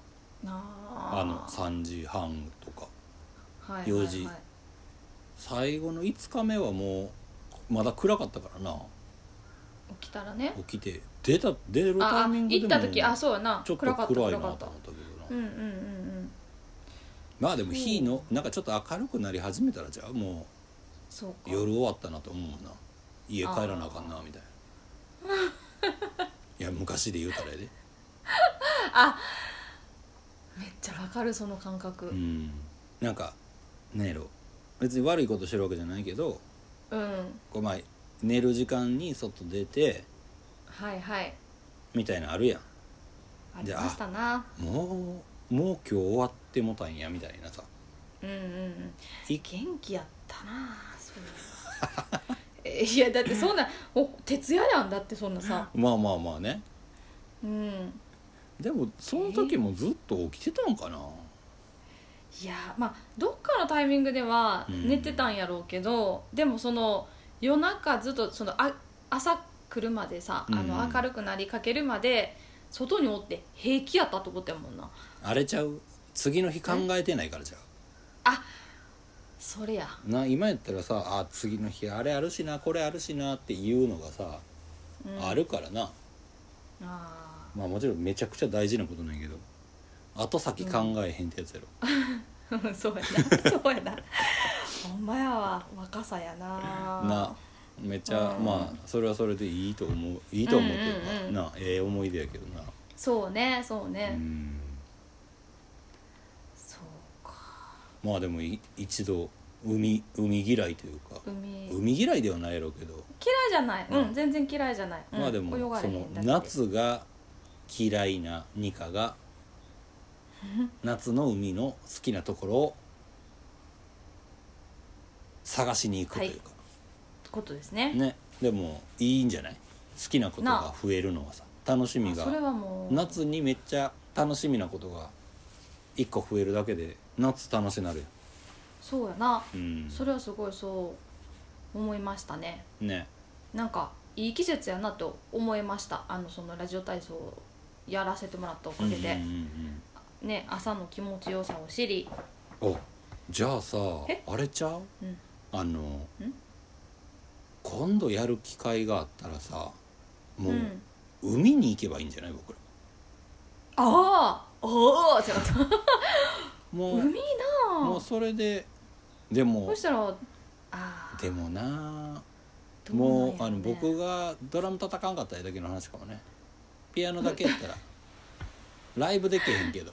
Speaker 1: あ
Speaker 2: あ
Speaker 1: の3時半とか
Speaker 2: はい
Speaker 1: 4時
Speaker 2: はいはい
Speaker 1: 最後の5日目はもうまだ暗かったからな
Speaker 2: 起きたらね
Speaker 1: 起きて出た出るタイ
Speaker 2: ああ
Speaker 1: ミングで
Speaker 2: 行
Speaker 1: も
Speaker 2: った時あそうやな
Speaker 1: ちょっと
Speaker 2: 暗かった
Speaker 1: 暗い
Speaker 2: 暗
Speaker 1: なと
Speaker 2: か
Speaker 1: 思っ
Speaker 2: った
Speaker 1: たけどな
Speaker 2: うんうんうんうん
Speaker 1: まあでも日のなんかちょっと明るくなり始めたらじゃあも
Speaker 2: そう
Speaker 1: う
Speaker 2: か
Speaker 1: 夜終わったなと思うもんな家帰らなあかんなみ
Speaker 2: *laughs*
Speaker 1: たいないや昔で言うたらやで
Speaker 2: めっちゃわかるその感覚
Speaker 1: う、んなんかなんやろ別に悪いことしてるわけじゃないけど
Speaker 2: うん、
Speaker 1: こうまあ寝る時間に外出て
Speaker 2: はいはい
Speaker 1: みたいなのあるや
Speaker 2: ありましたな。
Speaker 1: んもうもう今日終わってもたんやみたいなさ
Speaker 2: うんうんうん。
Speaker 1: い
Speaker 2: 元気やったな。そうえ *laughs* いやだってそんなお徹夜やんだってそん
Speaker 1: *laughs*
Speaker 2: なさ。
Speaker 1: まあまあまあね
Speaker 2: うん。
Speaker 1: でもその時もずっと起きてたんかな、
Speaker 2: いやまあどっかのタイミングでは
Speaker 1: うん
Speaker 2: 寝てたんやろうけど、でもその夜中ずっとそのあ朝来るまでさ、あ
Speaker 1: う
Speaker 2: の
Speaker 1: ん
Speaker 2: 明るくなりかけるまで外におって平気やったと思ってもんな。
Speaker 1: 荒れちゃう次の日考えてないからじゃう
Speaker 2: それや。
Speaker 1: な今やったらさあ次の日あれあるしなこれあるしなっていうのがさ、
Speaker 2: うん、
Speaker 1: あるからな
Speaker 2: あ
Speaker 1: まあもちろんめちゃくちゃ大事なことなんやけど後先考えへんってやつやろ、
Speaker 2: あ *laughs* そうやなそうやなほんまやわ若さやな
Speaker 1: なめっちゃ、
Speaker 2: うん
Speaker 1: まあそれはそれでいいと思ういいと思うけどな,、
Speaker 2: うんうんうん
Speaker 1: なええ思い出やけどな、
Speaker 2: そうねそうね、
Speaker 1: うん
Speaker 2: そうか
Speaker 1: まあでもい一度海海嫌いというか、
Speaker 2: 海嫌い
Speaker 1: 海嫌いではないやろうけど、
Speaker 2: じゃない、うん
Speaker 1: うん
Speaker 2: 全然嫌いじゃない、うん
Speaker 1: まあでも
Speaker 2: 泳が
Speaker 1: そ
Speaker 2: れへ
Speaker 1: の
Speaker 2: んだけで
Speaker 1: 夏が嫌いなニカ
Speaker 2: *laughs*
Speaker 1: が夏の海の好きなところを探しに行くというか、
Speaker 2: ことですね
Speaker 1: ねでもいいんじゃない好きなこと
Speaker 2: な
Speaker 1: が増えるのはさ楽しみ
Speaker 2: あそれ
Speaker 1: が
Speaker 2: はもう
Speaker 1: 夏にめっちゃ楽しみなことが一個増えるだけで夏楽しなるや、
Speaker 2: そうやなん
Speaker 1: うん、
Speaker 2: それはすごいそう思いましたね
Speaker 1: ね
Speaker 2: なんかいい季節やなと思いましたあのそのラジオ体操をやらせてもらったおかげで
Speaker 1: うんう、ん
Speaker 2: ね朝の気持ちよさを知り
Speaker 1: うんおじゃあさ
Speaker 2: え
Speaker 1: あれちゃう
Speaker 2: うん
Speaker 1: あの今度やる機会があったらさもう、
Speaker 2: ん、
Speaker 1: 海に行けばいいんじゃない僕ら
Speaker 2: ああああじゃあ
Speaker 1: も
Speaker 2: 海
Speaker 1: う
Speaker 2: な
Speaker 1: もうそれででも
Speaker 2: そしたらああ
Speaker 1: でもな
Speaker 2: どなんや
Speaker 1: も
Speaker 2: ね
Speaker 1: うあの僕がドラム叩かんかっただけの話かもねピアノだけやった
Speaker 2: *laughs*
Speaker 1: らライブでけへんけど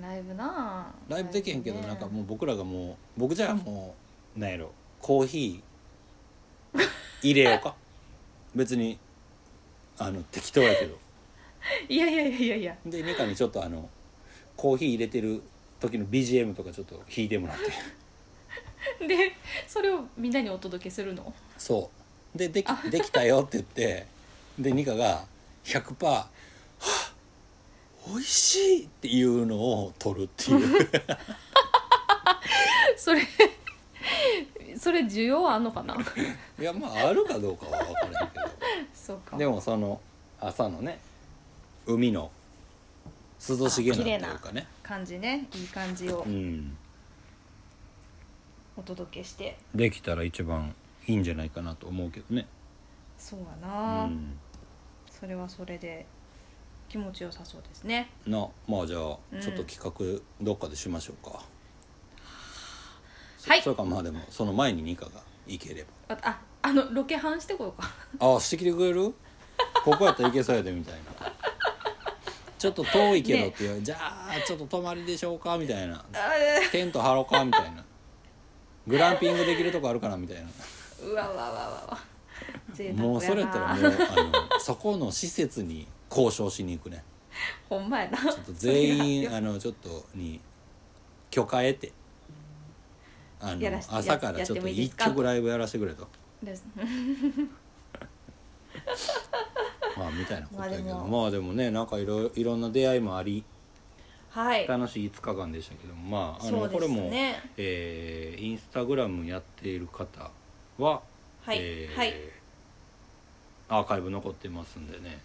Speaker 2: ライブな
Speaker 1: ライブできへんけど
Speaker 2: ライブ
Speaker 1: な
Speaker 2: ね
Speaker 1: んかもう僕らがもう僕じゃあもうなんやろコーヒー入れようか *laughs* 別にあの適当やけど
Speaker 2: いやいやいやいや
Speaker 1: で三上ちょっとあのコーヒー入れてる時の BGM とかちょっと弾いてもらって
Speaker 2: でそれをみんなにお届けするの
Speaker 1: そうでできできたよって言ってでニカが100%「はぁ美味しい!」っていうのを取るっていう *laughs*
Speaker 2: それそれ需要あんのかない
Speaker 1: やまああるかどうかは分からへんけど。
Speaker 2: そうか
Speaker 1: でもその朝のね海の涼しげなというかね
Speaker 2: 感じねいい感じを
Speaker 1: うん
Speaker 2: お届けして、
Speaker 1: できたら一番いいんじゃないかなと思うけどね、
Speaker 2: そうや
Speaker 1: う
Speaker 2: な、
Speaker 1: ん、
Speaker 2: それはそれで気持ちよさそうですね
Speaker 1: なまあじゃあ
Speaker 2: うん
Speaker 1: ちょっと企画どっかでしましょうか、そ
Speaker 2: はい
Speaker 1: それかまあでもその前にニカが行けれ
Speaker 2: あああのロケハンしてこようか
Speaker 1: ばああしてきてくれるここやったら行けそうやでみたいなちょっと遠いけどっていう、じゃあちょっと泊まりでしょうかみたいなテント張ろうかみたいなグランピングできるとこあるかなみたいな
Speaker 2: うわうわうわうわうわ贅沢やな
Speaker 1: もうそれやったらもうあのそこの施設に交渉しに行くね
Speaker 2: *laughs* ほんまやな
Speaker 1: ちょっと全員あのちょっとに許可得てあ
Speaker 2: や
Speaker 1: の
Speaker 2: らし
Speaker 1: 朝から
Speaker 2: や
Speaker 1: ちょっ
Speaker 2: や
Speaker 1: と
Speaker 2: ってもいいで
Speaker 1: 一
Speaker 2: すか
Speaker 1: 曲ライブやらせてくれと
Speaker 2: です
Speaker 1: まあみたいなことやけど
Speaker 2: まあでも
Speaker 1: まあでもねなんかいろいろんな出会いもあり
Speaker 2: はい
Speaker 1: 楽しい5日間でしたけどもまああ
Speaker 2: そ
Speaker 1: の、
Speaker 2: う
Speaker 1: これ
Speaker 2: です
Speaker 1: も、
Speaker 2: ね
Speaker 1: えーインスタグラムやっている方は、
Speaker 2: はい、
Speaker 1: えー
Speaker 2: はい
Speaker 1: アーカイブ残ってますんでね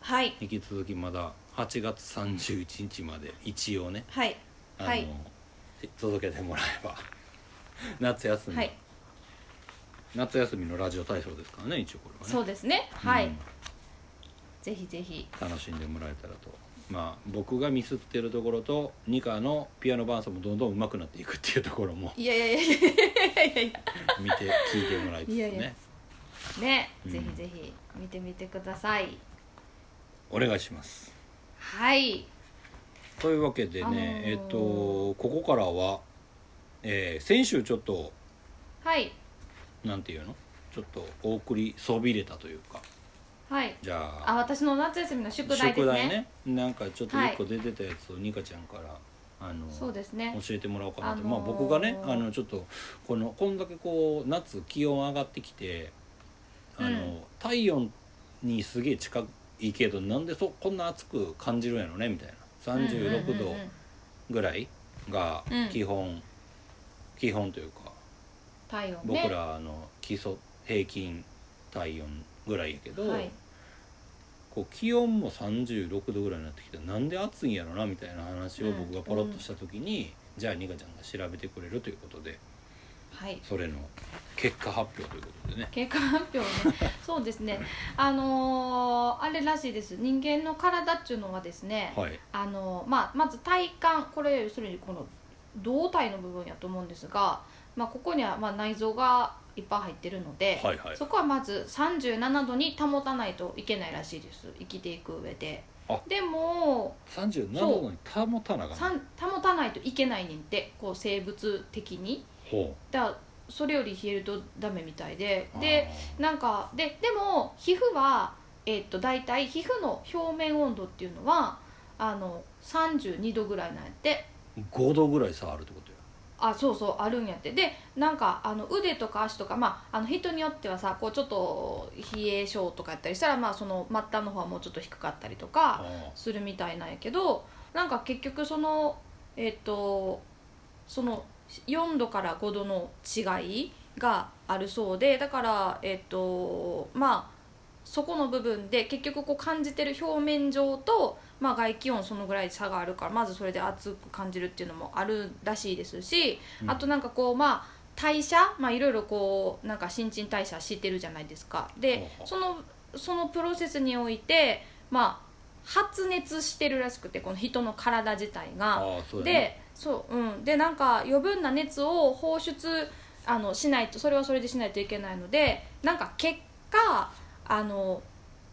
Speaker 2: はい
Speaker 1: 引き続きまだ8月31日まで一応ね
Speaker 2: はい
Speaker 1: あの、
Speaker 2: はい
Speaker 1: 届けてもらえば *laughs* 夏休み、
Speaker 2: はい
Speaker 1: 夏休みのラジオ体操ですからね一応これはね
Speaker 2: そうですねはい、
Speaker 1: うん
Speaker 2: ぜひぜひ
Speaker 1: 楽しんでもらえたらとまあ僕がミスってるところとニカのピアノ伴奏もどんどん上手くなっていくっていうところも
Speaker 2: いやいやいやいやいやいや
Speaker 1: 見て聞いてもらいつつ
Speaker 2: いやいや
Speaker 1: ね
Speaker 2: ね、
Speaker 1: うん
Speaker 2: ぜひぜひ見てみてください
Speaker 1: お願いします
Speaker 2: はい
Speaker 1: というわけでね、
Speaker 2: あのー
Speaker 1: えっとここからは、えー先週ちょっと
Speaker 2: はい
Speaker 1: なんていうのちょっとお送りそびれたというか
Speaker 2: はい
Speaker 1: じゃ
Speaker 2: あ
Speaker 1: あ
Speaker 2: 私の夏休みの宿題ですね
Speaker 1: なんかちょっと一個出てたやつをニカちゃんから、あの
Speaker 2: そうですね
Speaker 1: 教えてもらおうかなと、
Speaker 2: あのー
Speaker 1: まあ僕がねあのちょっとこのこんだけこう夏気温上がってきてあの、
Speaker 2: うん
Speaker 1: 体温にすげえ近いけどなんでそこんな暑く感じるんやろねみたいな36
Speaker 2: うん
Speaker 1: 度
Speaker 2: うんうんうん
Speaker 1: ぐらいが
Speaker 2: うん
Speaker 1: 基本、基本というか
Speaker 2: 体温ね
Speaker 1: 僕らの基礎平均体温ぐらいやけど、
Speaker 2: はい
Speaker 1: こう気温も36度ぐらいになってきてなんで暑いんやろなみたいな話を僕がポロッとした時に、じゃあニカちゃんが調べてくれるということで
Speaker 2: はい
Speaker 1: それの結果発表ということでね
Speaker 2: 経過発
Speaker 1: *laughs*
Speaker 2: 表ねそうですねあのーあれらしいです人間の体っていうのはですね、
Speaker 1: はい
Speaker 2: あのまあ、まず体幹これ要するにこの胴体の部分やと思うんですが、まあ、ここにはまあ内臓がいっぱい入ってるので、
Speaker 1: はいはい
Speaker 2: そこはまず37度に保たないといけないらしいです生きていく上で
Speaker 1: あ
Speaker 2: でも
Speaker 1: 37度に保たなあかん
Speaker 2: さん保たないといけないねんってこう生物的に
Speaker 1: ほ
Speaker 2: だからそれより冷えるとダメみたいで
Speaker 1: う
Speaker 2: でなんかででも皮膚は、えっと大体皮膚の表面温度っていうのはあの32度ぐらいなんやって
Speaker 1: あー5度ぐらい差あるってことよ
Speaker 2: あそうそうあるんやってでなんかあの腕とか足とか、まあ、あの人によってはさこうちょっと冷え性とかやったりしたら、まあ、その末端の方はもうちょっと低かったりとか
Speaker 1: あ
Speaker 2: するみたいなんやけどなんか結局そのえっ、とその4度から5度の違いがあるそうでだからえっ、とまあそこの部分で結局こう感じてる表面上と、まあ、外気温そのぐらい差があるからまずそれで熱く感じるっていうのもあるらしいですし、
Speaker 1: うん
Speaker 2: あとなんかこうまあ代謝まあいろいろこうなんか新陳代謝してるじゃないですか。で
Speaker 1: ほうほう
Speaker 2: そのそのプロセスにおいてまあ発熱してるらしくてこの人の体自体
Speaker 1: あ
Speaker 2: が。
Speaker 1: ああそうやね
Speaker 2: でそううんでなんか余分な熱を放出あのしないとそれはそれでしないといけないのでなんか結果あの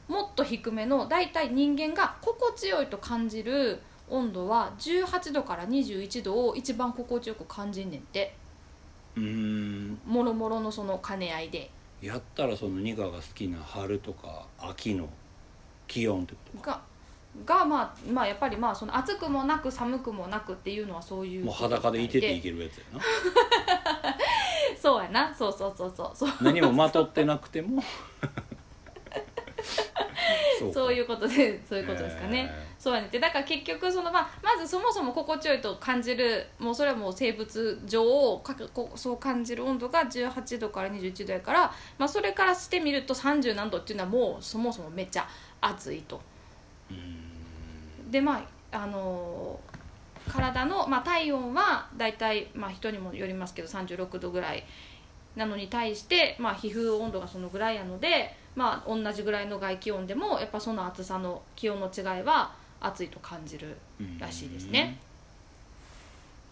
Speaker 2: もっと低めのだいたい人間が心地よいと感じる温度は18度から21度を一番心地よく感じんねんって
Speaker 1: うーん
Speaker 2: もろもろのその兼ね合いで
Speaker 1: やったらそのニカが好きな春とか秋の気温ってことか
Speaker 2: がが、まあ、まあやっぱりまあその暑くもなく寒くもなくっていうのはそういう
Speaker 1: もう裸でいてていけ
Speaker 2: け
Speaker 1: るやつやな
Speaker 2: *laughs* そうやなそうそうそうそうそう
Speaker 1: *laughs* 何もまとってなくて
Speaker 2: *laughs*
Speaker 1: もそ
Speaker 2: そういううことでそういうことですかね。そうやねでだから結局その、まあ、まずそもそも心地よいと感じるもうそれはもう生物上かこそう感じる温度が18度から21度やから、まあ、それからしてみると30何度っていうのはもうそもそもめっちゃ暑いと。
Speaker 1: えーう
Speaker 2: でまああのー体の、まあ、体温はだいたい、まあ、人にもよりますけど36度ぐらいなのに対して、まあ、皮膚温度がそのぐらいなので、まあ、同じぐらいの外気温でもやっぱその暑さの気温の違いは暑いと感じる。
Speaker 1: ーん
Speaker 2: らしいですね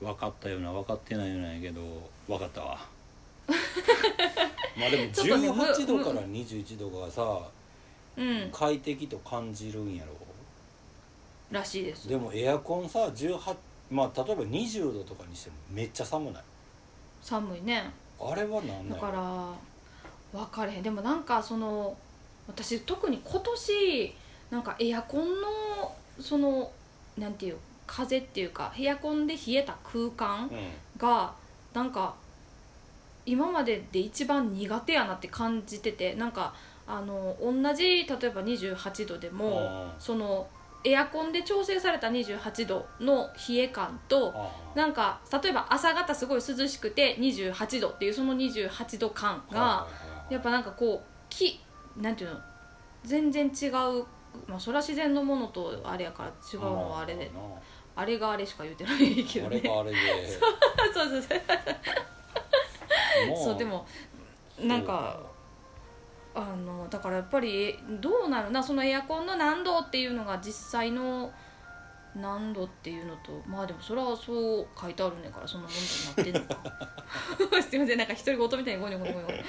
Speaker 1: 分かったような分かってないようなんやけど分かった
Speaker 2: *laughs*
Speaker 1: わまあでも
Speaker 2: ちょっとねむ
Speaker 1: 18度から21度がさ
Speaker 2: うん、
Speaker 1: 快適と感じるんやろ
Speaker 2: らしいです
Speaker 1: でもエアコンさ18まあ例えば20度とかにしてもめっちゃ寒ない
Speaker 2: 寒いね
Speaker 1: あれはなんなんや
Speaker 2: だか
Speaker 1: ろ
Speaker 2: ら分かれへんでもなんかその私特に今年なんかエアコンのそのなんていう風っていうかエアコンで冷えた空
Speaker 1: う
Speaker 2: 間
Speaker 1: ん
Speaker 2: がなんか今までで一番苦手やなって感じててなんかあの同じ例えば28度でも
Speaker 1: あー
Speaker 2: そのエアコンで調整された28度の冷え感と
Speaker 1: あー
Speaker 2: なんか例えば朝方すごい涼しくて28度っていうその28度感が
Speaker 1: はいはいはいはい
Speaker 2: やっぱなんかこうきなんていうの全然違う、まあ、それは自然のものとあれやから違うのはあれで
Speaker 1: まあま
Speaker 2: あれがあれしか言うてないけ
Speaker 1: あな
Speaker 2: ど
Speaker 1: あれ
Speaker 2: ね *laughs*
Speaker 1: があれで
Speaker 2: そうそうそう
Speaker 1: も
Speaker 2: そうでもなんかあのだからやっぱりどうなるなそのエアコンの何度っていうのが実際の何度っていうのとまあでもそれはそう書いてあるねんからそんなもんになってんのか *laughs* すいませんなんか独り言みたいにゴニョゴニョゴニョ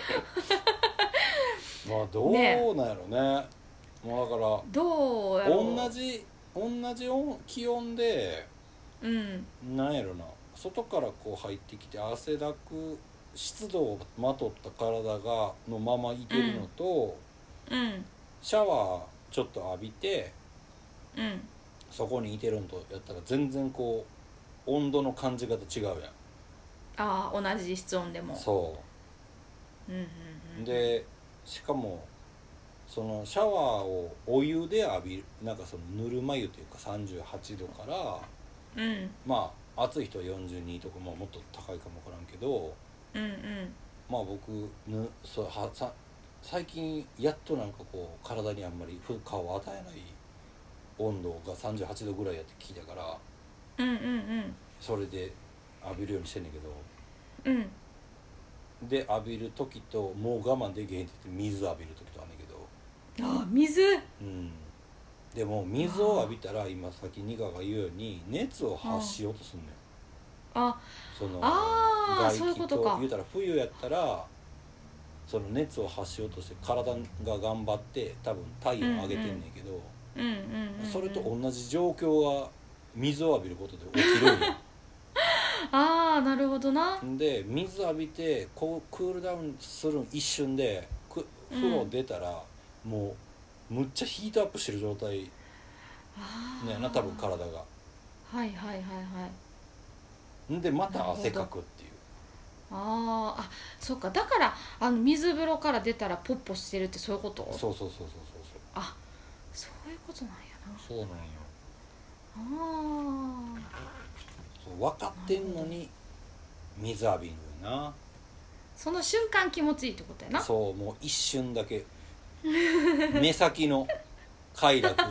Speaker 1: まあどうなんやろねまあだから
Speaker 2: どうやろう
Speaker 1: 同じ同じ温気温で
Speaker 2: うん
Speaker 1: なんやろな外からこう入ってきて汗だく湿度をまとった体がのままいてるのと、
Speaker 2: うん
Speaker 1: シャワーちょっと浴びて
Speaker 2: うん
Speaker 1: そこにいてるんとやったら全然こう温度の感じ方違うや
Speaker 2: ああ同じ室温でも
Speaker 1: んそ
Speaker 2: うんうんうん、
Speaker 1: うでしかもそのシャワーをお湯で浴びるなんかそのぬるま湯というか38度から
Speaker 2: うん
Speaker 1: まあ暑い人は42とか、まあ、もっと高いかもわからんけど
Speaker 2: うんうん
Speaker 1: まあ僕ぬそうはさ最近やっとなんかこう体にあんまり負荷を与えない温度が38度ぐらいやって聞いたから
Speaker 2: うんうん
Speaker 1: それで浴びるようにしてんねんけど
Speaker 2: うんうん
Speaker 1: で浴びる時ともう我慢できへんって言って水浴びる時とあんねんけど
Speaker 2: ああ水
Speaker 1: うんでも水を浴びたら今さっきニカが言うように熱を発しようとすんのよ
Speaker 2: あ
Speaker 1: その
Speaker 2: あーそういう
Speaker 1: 気
Speaker 2: ことか
Speaker 1: 言うたら冬やったらその熱を発しようとして体が頑張って多分体温上げてんねんけど、
Speaker 2: うんうんうん、うん、
Speaker 1: それと同じ状況が水を浴びることで起きるん
Speaker 2: *laughs*
Speaker 1: よ
Speaker 2: ああなるほどな
Speaker 1: で水浴びてこうクールダウンする一瞬でく風呂出たら、もうむっちゃヒートアップしてる状態
Speaker 2: あー
Speaker 1: ねな多分体が
Speaker 2: はいはいはいはい
Speaker 1: んでま
Speaker 2: なる
Speaker 1: た
Speaker 2: ほど
Speaker 1: 汗かくっていう
Speaker 2: あーあそっかだからあの水風呂から出たらポッポしてるってそういうこと
Speaker 1: そうそうそうそう
Speaker 2: あそういうことなんやな
Speaker 1: そうそうそうなんよ
Speaker 2: あー
Speaker 1: そう分かってんのに水浴びんのよ
Speaker 2: その瞬間気持ちいいってことや
Speaker 1: な
Speaker 2: な
Speaker 1: そうもう一瞬だけ *laughs* 目先の快楽に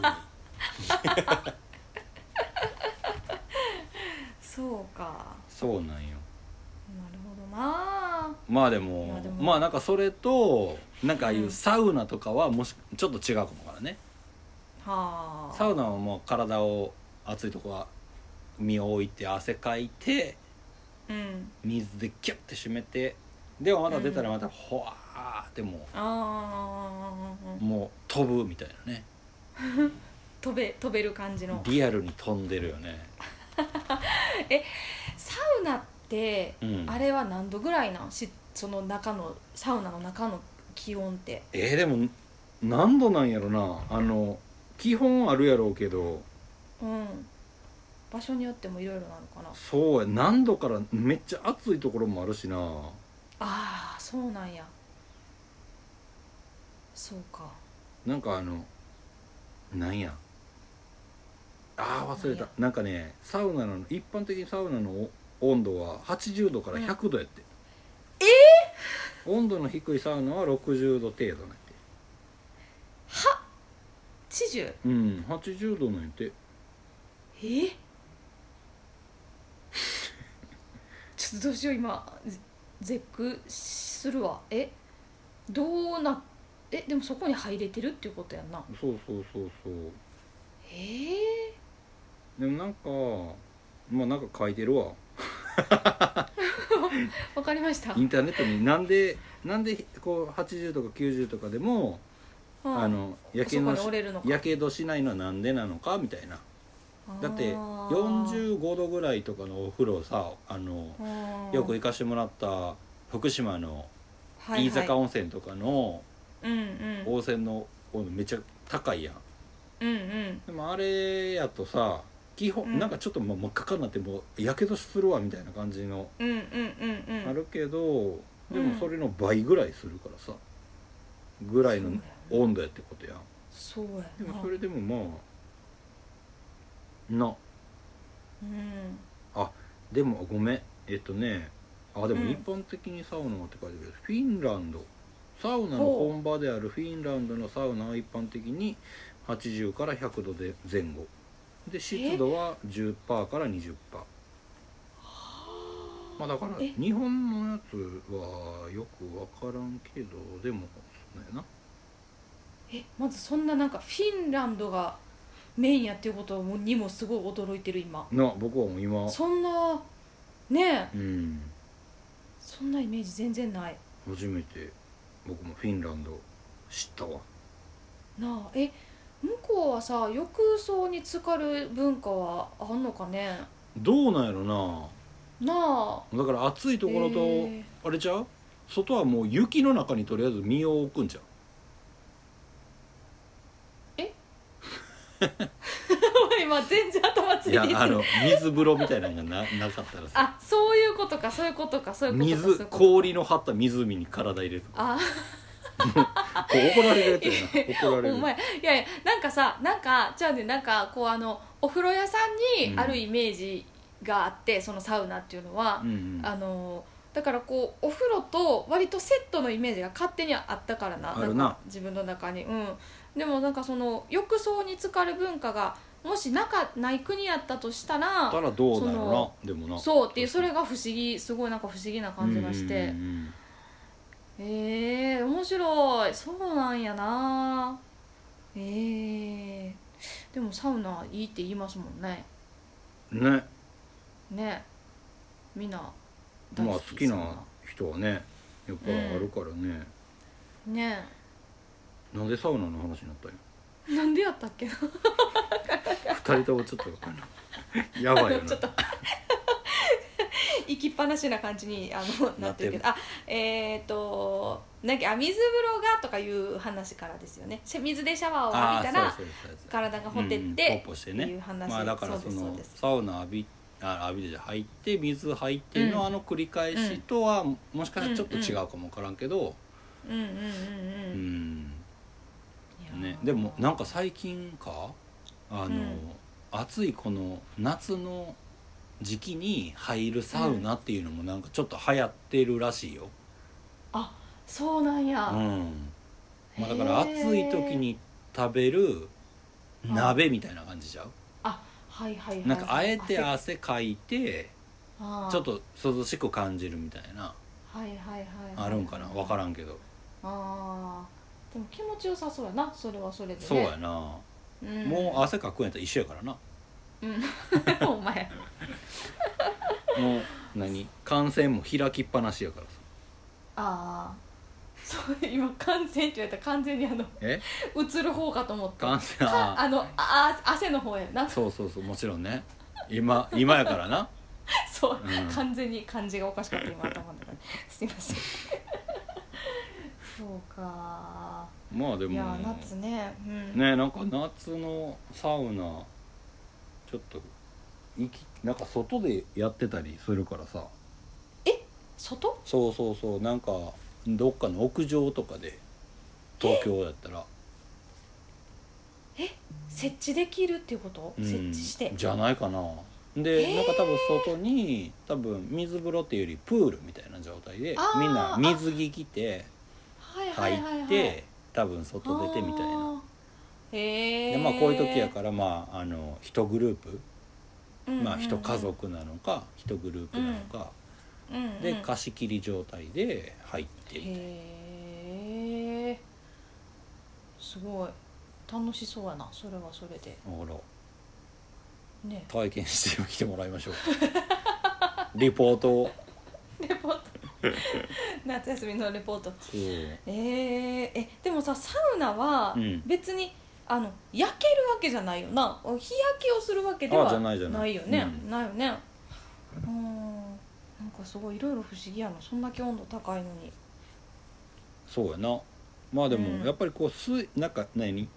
Speaker 2: そうか
Speaker 1: そうなんよ
Speaker 2: なるほどな
Speaker 1: まあでも
Speaker 2: いやでも
Speaker 1: まあなんかそれとなんかああいうんうサウナとかはもしちょっと違うかもからね
Speaker 2: はあ
Speaker 1: サウナはもう体を熱いとこは身を置いて汗かいて
Speaker 2: うん
Speaker 1: 水でキュッて締めてでもまた出たらまたほわーっても
Speaker 2: あ
Speaker 1: う
Speaker 2: あ
Speaker 1: もう飛ぶみたいなね
Speaker 2: 飛べ飛べる感じの
Speaker 1: リアルに飛んでるよね、
Speaker 2: サウナって
Speaker 1: うん、
Speaker 2: あれは何度ぐらいなんしその中のサウナの中の気温って
Speaker 1: えー、でも何度なんやろなあの基本あるやろうけど
Speaker 2: うん場所によってもいろいろなのかな
Speaker 1: そうや何度からめっちゃ暑いところもあるしな
Speaker 2: ああそうなんやそうか
Speaker 1: なんかあのなんやあー忘れ
Speaker 2: なんや
Speaker 1: たなんかねサウナの一般的にサウナのお温度は80度から100度やって、
Speaker 2: え
Speaker 1: 温度の低いサウナは60度程度なんやって
Speaker 2: 知事え
Speaker 1: うん80度なんやって
Speaker 2: *laughs* ちょっとどうしよう今ぜ絶句するわえどうなえでもそこに入れてるっていうことやんな
Speaker 1: そうそうそうそう
Speaker 2: ええ
Speaker 1: でもなんかまあなんか書いてるわ
Speaker 2: わかりました
Speaker 1: インターネットになんでなんでこう80とか90とかでも、
Speaker 2: うん
Speaker 1: あのやけ
Speaker 2: そこ
Speaker 1: の
Speaker 2: に
Speaker 1: し
Speaker 2: 折れるのか
Speaker 1: やけどしないのはなんでなのかみたいなだって
Speaker 2: あー
Speaker 1: 45度ぐらいとかのお風呂さあの
Speaker 2: うん
Speaker 1: よく行かしてもらった福島の
Speaker 2: はいはい
Speaker 1: 飯坂温泉とかの
Speaker 2: うんうん
Speaker 1: 温泉の温度めっちゃ高いやん
Speaker 2: うんうん
Speaker 1: でもあれやとさ基本、
Speaker 2: うん
Speaker 1: なんかちょっともう真っ赤になってもうやけどするわみたいな感じの
Speaker 2: うんうんうんうん
Speaker 1: あるけど、で
Speaker 2: うん
Speaker 1: もそれの倍ぐらいするからさぐらいの温度やってことやん
Speaker 2: そうや
Speaker 1: でも
Speaker 2: な
Speaker 1: それでもまあな
Speaker 2: うん
Speaker 1: でもごめんえっとねあで
Speaker 2: う
Speaker 1: も
Speaker 2: ん
Speaker 1: 一般的にサウナって書いてあるけど、フィンランドサウナの
Speaker 2: ほう
Speaker 1: 本場であるフィンランドのサウナは一般的に80から100度で前後で湿度は10%から20%まあだから
Speaker 2: え
Speaker 1: 日本のやつはよく分からんけどでもそうやな
Speaker 2: えまずそんななんかフィンランドがメインやっていうことにもすごい驚いてる今
Speaker 1: な僕はもう今
Speaker 2: そんなねえ
Speaker 1: うん
Speaker 2: そんなイメージ全然ない
Speaker 1: 初めて僕もフィンランド知ったわ
Speaker 2: なあえ向こうはさ浴槽に浸かる文化はあんのかね
Speaker 1: どうなんやろな
Speaker 2: なあ
Speaker 1: だから暑いところと、
Speaker 2: え
Speaker 1: あれちゃう外はもう雪の中にとりあえず身を置くんじゃう
Speaker 2: ー *laughs* 今全然頭つい
Speaker 1: い
Speaker 2: てい
Speaker 1: や
Speaker 2: って
Speaker 1: あの水風呂みたいなのがななかったらさ
Speaker 2: あそういうことかそういうことかそういうことかそういう
Speaker 1: 水
Speaker 2: ことか
Speaker 1: 氷の張った湖に体入れるとか
Speaker 2: あ
Speaker 1: こう怒られるやつやな怒られ
Speaker 2: *laughs* お
Speaker 1: る
Speaker 2: 前いやいやなんかさなんかじゃあねなんかこうあのお風呂屋さん
Speaker 1: う
Speaker 2: に
Speaker 1: ん
Speaker 2: あるイメージがあって、そのサウナっていうのは
Speaker 1: う、んうん
Speaker 2: あのだからこうお風呂と割とセットのイメージが勝手にあったからな
Speaker 1: あるなん
Speaker 2: か自分の中にうんでもなんかその浴槽に浸かる文化がもしなかない国やったとした
Speaker 1: だ
Speaker 2: ら
Speaker 1: からどうだろ
Speaker 2: その
Speaker 1: うなでもな
Speaker 2: そうっていうそれが不思議すごいなんか不思議な感じがして。
Speaker 1: うんうんうん
Speaker 2: ええ面白いそうなんやなええでもサウナいいって言いますもんね
Speaker 1: うんね
Speaker 2: ねみんな
Speaker 1: まあ好きな人はねやっぱあるからね、
Speaker 2: ね
Speaker 1: なんでサウナの話になったんや
Speaker 2: えなんでやったっけな
Speaker 1: 二人ともちょっと分かんないやばいよな
Speaker 2: *laughs* ちょっと行きっぱなしな感じにあのなってるけどあえっ、となんかあ水風呂がとかいう話からですよねせ水でシャワーを
Speaker 1: あ
Speaker 2: 浴びた
Speaker 1: あ
Speaker 2: ら
Speaker 1: そうそうそうそう
Speaker 2: 体がほてっ
Speaker 1: うんうん
Speaker 2: て
Speaker 1: ポッポして
Speaker 2: って
Speaker 1: ね
Speaker 2: いう話
Speaker 1: まあだからそ
Speaker 2: そ
Speaker 1: う
Speaker 2: ですそう
Speaker 1: の
Speaker 2: です
Speaker 1: サウナ浴びあ浴びてじゃ入って水入って
Speaker 2: う
Speaker 1: の
Speaker 2: ん
Speaker 1: あの繰り返しとは、もしかしたらちょっと違うかも分からんけど
Speaker 2: うん
Speaker 1: う
Speaker 2: うんうん
Speaker 1: ん、
Speaker 2: うん
Speaker 1: ね、でもなんか最近かあの、
Speaker 2: うん
Speaker 1: 暑いこの夏の時期に入るサウナっていうのもなんかちょっと流行ってるらしいよ、
Speaker 2: そうなんや、
Speaker 1: うんまあ、だから暑い時に食べる鍋みたいな感じちゃう
Speaker 2: はいはいはい
Speaker 1: なんかあえて汗かいて
Speaker 2: あ
Speaker 1: ちょっと涼しく感じるみたいな
Speaker 2: はいはいはいはい
Speaker 1: あるんかな分から
Speaker 2: ん
Speaker 1: んけど
Speaker 2: あーでも気持ちよさそうやなそれはそれでね
Speaker 1: そうやな
Speaker 2: うん、
Speaker 1: もう汗かくんやったら一緒やからな
Speaker 2: うん *laughs* お前
Speaker 1: もう何感染も開きっぱなしやからさ
Speaker 2: ああそう今感染って言われたら完全にあの
Speaker 1: え
Speaker 2: 映る方かと思った
Speaker 1: 感染
Speaker 2: か
Speaker 1: あ
Speaker 2: あのああ汗の方やな *laughs*
Speaker 1: そうそうそうもちろんね今今やからな
Speaker 2: そう、
Speaker 1: うん
Speaker 2: 完全に漢字がおかしかった今頭の中にすいません *laughs* そうか
Speaker 1: まあで
Speaker 2: い
Speaker 1: も
Speaker 2: や夏ねうん
Speaker 1: ねなんか夏のサウナちょっと行きなんか外でやってたりするからさ
Speaker 2: 外
Speaker 1: そうそうそうなんかどっかの屋上とかで東京やったら、
Speaker 2: 設置できるっていうこと、
Speaker 1: うん
Speaker 2: 設置して
Speaker 1: じゃないかな
Speaker 2: え
Speaker 1: で、
Speaker 2: ー
Speaker 1: なんか多分外に多分水風呂っていうよりプールみたいな状態で
Speaker 2: あー
Speaker 1: みんな水着着て
Speaker 2: はいは
Speaker 1: 入
Speaker 2: い
Speaker 1: って、
Speaker 2: はいはい
Speaker 1: 多分外出てみたいな
Speaker 2: あーへえ
Speaker 1: でまあこういう時やからまああの一グループ、
Speaker 2: ら、
Speaker 1: まあ一家族なのか一グループなのか、
Speaker 2: うんうん
Speaker 1: で貸し切り状態で入ってみたいな
Speaker 2: へえすごい楽しそうやなそれはそれで
Speaker 1: だから
Speaker 2: ね
Speaker 1: 体験してきてもらいましょうリポート
Speaker 2: *laughs*
Speaker 1: を
Speaker 2: レポート *laughs* 夏休みのレポート
Speaker 1: そう
Speaker 2: えー、えでもさサウナは
Speaker 1: うん
Speaker 2: 別に、あの焼けるわけじゃないよな日焼けをするわけで
Speaker 1: あ
Speaker 2: は
Speaker 1: じゃないじゃない
Speaker 2: よね、
Speaker 1: うん
Speaker 2: ないよねうんなんかすごいいろいろ不思議やなそんだけ温度高いのに
Speaker 1: そうやなまあでも、
Speaker 2: うん
Speaker 1: やっぱりこう水なんか何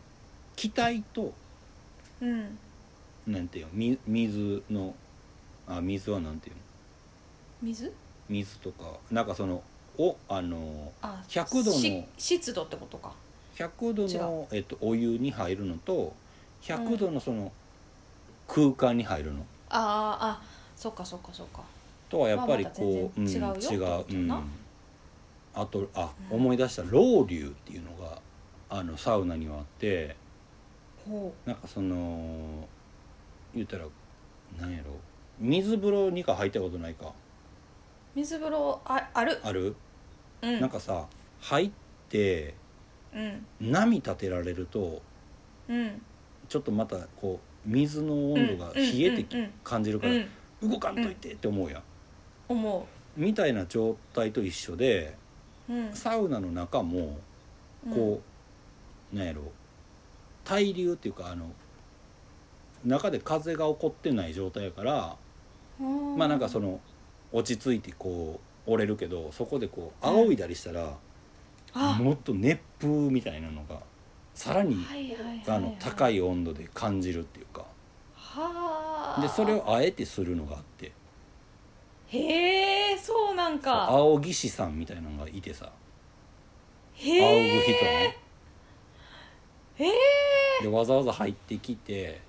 Speaker 1: 気体と
Speaker 2: うん
Speaker 1: なんていうのみ水のあ水はなんていうの
Speaker 2: 水
Speaker 1: 水とかなんかそのおあの
Speaker 2: あ
Speaker 1: 100度の
Speaker 2: し湿度ってことか
Speaker 1: 100度の、えっと、お湯に入るのと100度のその空間に入るの、
Speaker 2: あーあそっかそっかそっか
Speaker 1: とはやっぱり
Speaker 2: まあまた
Speaker 1: こう、
Speaker 2: 全然
Speaker 1: うん
Speaker 2: 違うよってこと
Speaker 1: 違う、う、
Speaker 2: なん
Speaker 1: あとあ、
Speaker 2: うん
Speaker 1: 思い出したロウリュウっていうのがあのサウナにはあって
Speaker 2: ほ
Speaker 1: なんかその言ったらなんやろ水風呂にか入ったことないか
Speaker 2: う水風呂あある
Speaker 1: ある、
Speaker 2: うん
Speaker 1: なんかさ入って
Speaker 2: うん
Speaker 1: 波立てられると
Speaker 2: うん
Speaker 1: ちょっとまたこう水の温度が冷えてき
Speaker 2: うんうんうん
Speaker 1: 感じるか
Speaker 2: う
Speaker 1: ら
Speaker 2: ん
Speaker 1: 動かんといてって思うやん
Speaker 2: 思
Speaker 1: みたいな状態と一緒で
Speaker 2: う、うん、
Speaker 1: サウナの中も
Speaker 2: うん
Speaker 1: こうなんやろ対流っていうかあの中で風が起こってない状態やからまあなんかその落ち着いてこう折れるけどそこでこう仰いだりしたら
Speaker 2: あ
Speaker 1: もっと熱風みたいなのがさらに
Speaker 2: はいはいはいはい
Speaker 1: あの高い温度で感じるっていうか
Speaker 2: はあ
Speaker 1: でそれをあえてするのがあって
Speaker 2: へえそうなん
Speaker 1: そう
Speaker 2: か
Speaker 1: 青技師さんみたいなのがいてさ
Speaker 2: へ
Speaker 1: 仰
Speaker 2: え
Speaker 1: ぐ人ね
Speaker 2: へえ
Speaker 1: でわざわざ入ってきて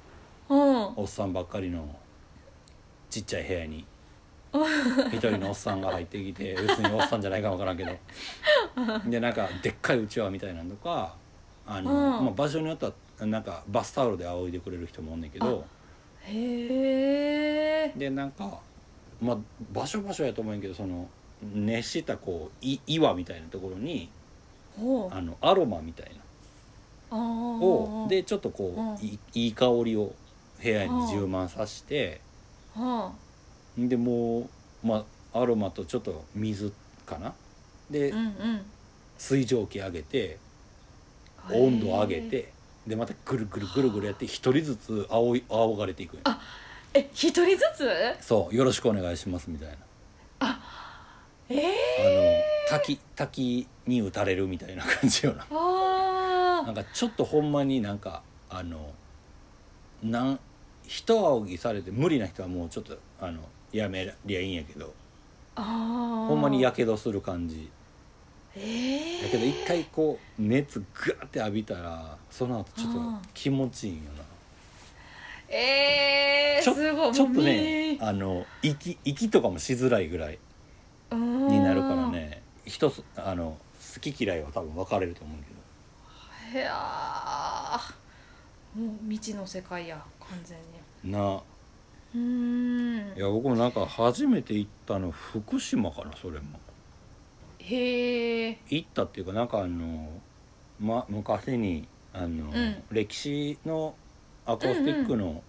Speaker 2: うん
Speaker 1: おっさんばっかりのちっちゃい部屋に一人のおっさんが入ってき
Speaker 2: *laughs*
Speaker 1: て別におっさんじゃないかわからんけどでなんかでっかいうちわみたいなのとかあの、
Speaker 2: うん
Speaker 1: まあ、場所によってはなんかバスタオルで仰いでくれる人もおんねんけど
Speaker 2: へえ
Speaker 1: でなんか、まあ、場所場所やと思うんやけどその熱したこうい岩みたいなところに
Speaker 2: ほう
Speaker 1: あのアロマみたい
Speaker 2: あ
Speaker 1: な
Speaker 2: ー
Speaker 1: をでちょっとこう、
Speaker 2: うん
Speaker 1: いいい香りを部屋に充満させて。
Speaker 2: は
Speaker 1: でもう、まあ、アロマとちょっと水かなで、
Speaker 2: あうんうん
Speaker 1: 水蒸気上げて温度上げてでまたぐるぐるぐるぐるやって一人ずつあおい仰がれていくんよ
Speaker 2: あえ一人ずつ
Speaker 1: そう「よろしくお願いします」みたいな
Speaker 2: ええ
Speaker 1: あの滝滝に打たれるみたいな感じよな
Speaker 2: あ
Speaker 1: な
Speaker 2: ー
Speaker 1: んかちょっとほんまになんかあのなん一仰ぎされて無理な人はもうちょっとあのやめりゃいいんやけど
Speaker 2: あ
Speaker 1: ほ
Speaker 2: ほ
Speaker 1: んまにやけどする感じ
Speaker 2: ええ
Speaker 1: だけど一回こう熱グワーって浴びたらその後ちょっと気持ちいいんよな
Speaker 2: ええ
Speaker 1: ちょ
Speaker 2: すごい
Speaker 1: ちょっと
Speaker 2: もう
Speaker 1: ね
Speaker 2: み
Speaker 1: あの息息とかもしづらいぐらいになるからね人そあの好き嫌いは多分分かれると思うけど
Speaker 2: うんへあもう未知の世界や完全に
Speaker 1: な
Speaker 2: うーん
Speaker 1: いや僕もなんか初めて行ったの福島かなそれも
Speaker 2: へえ
Speaker 1: 行ったっていうかなんかあの、ま、昔にあの、
Speaker 2: ん
Speaker 1: 歴史のアコースティックの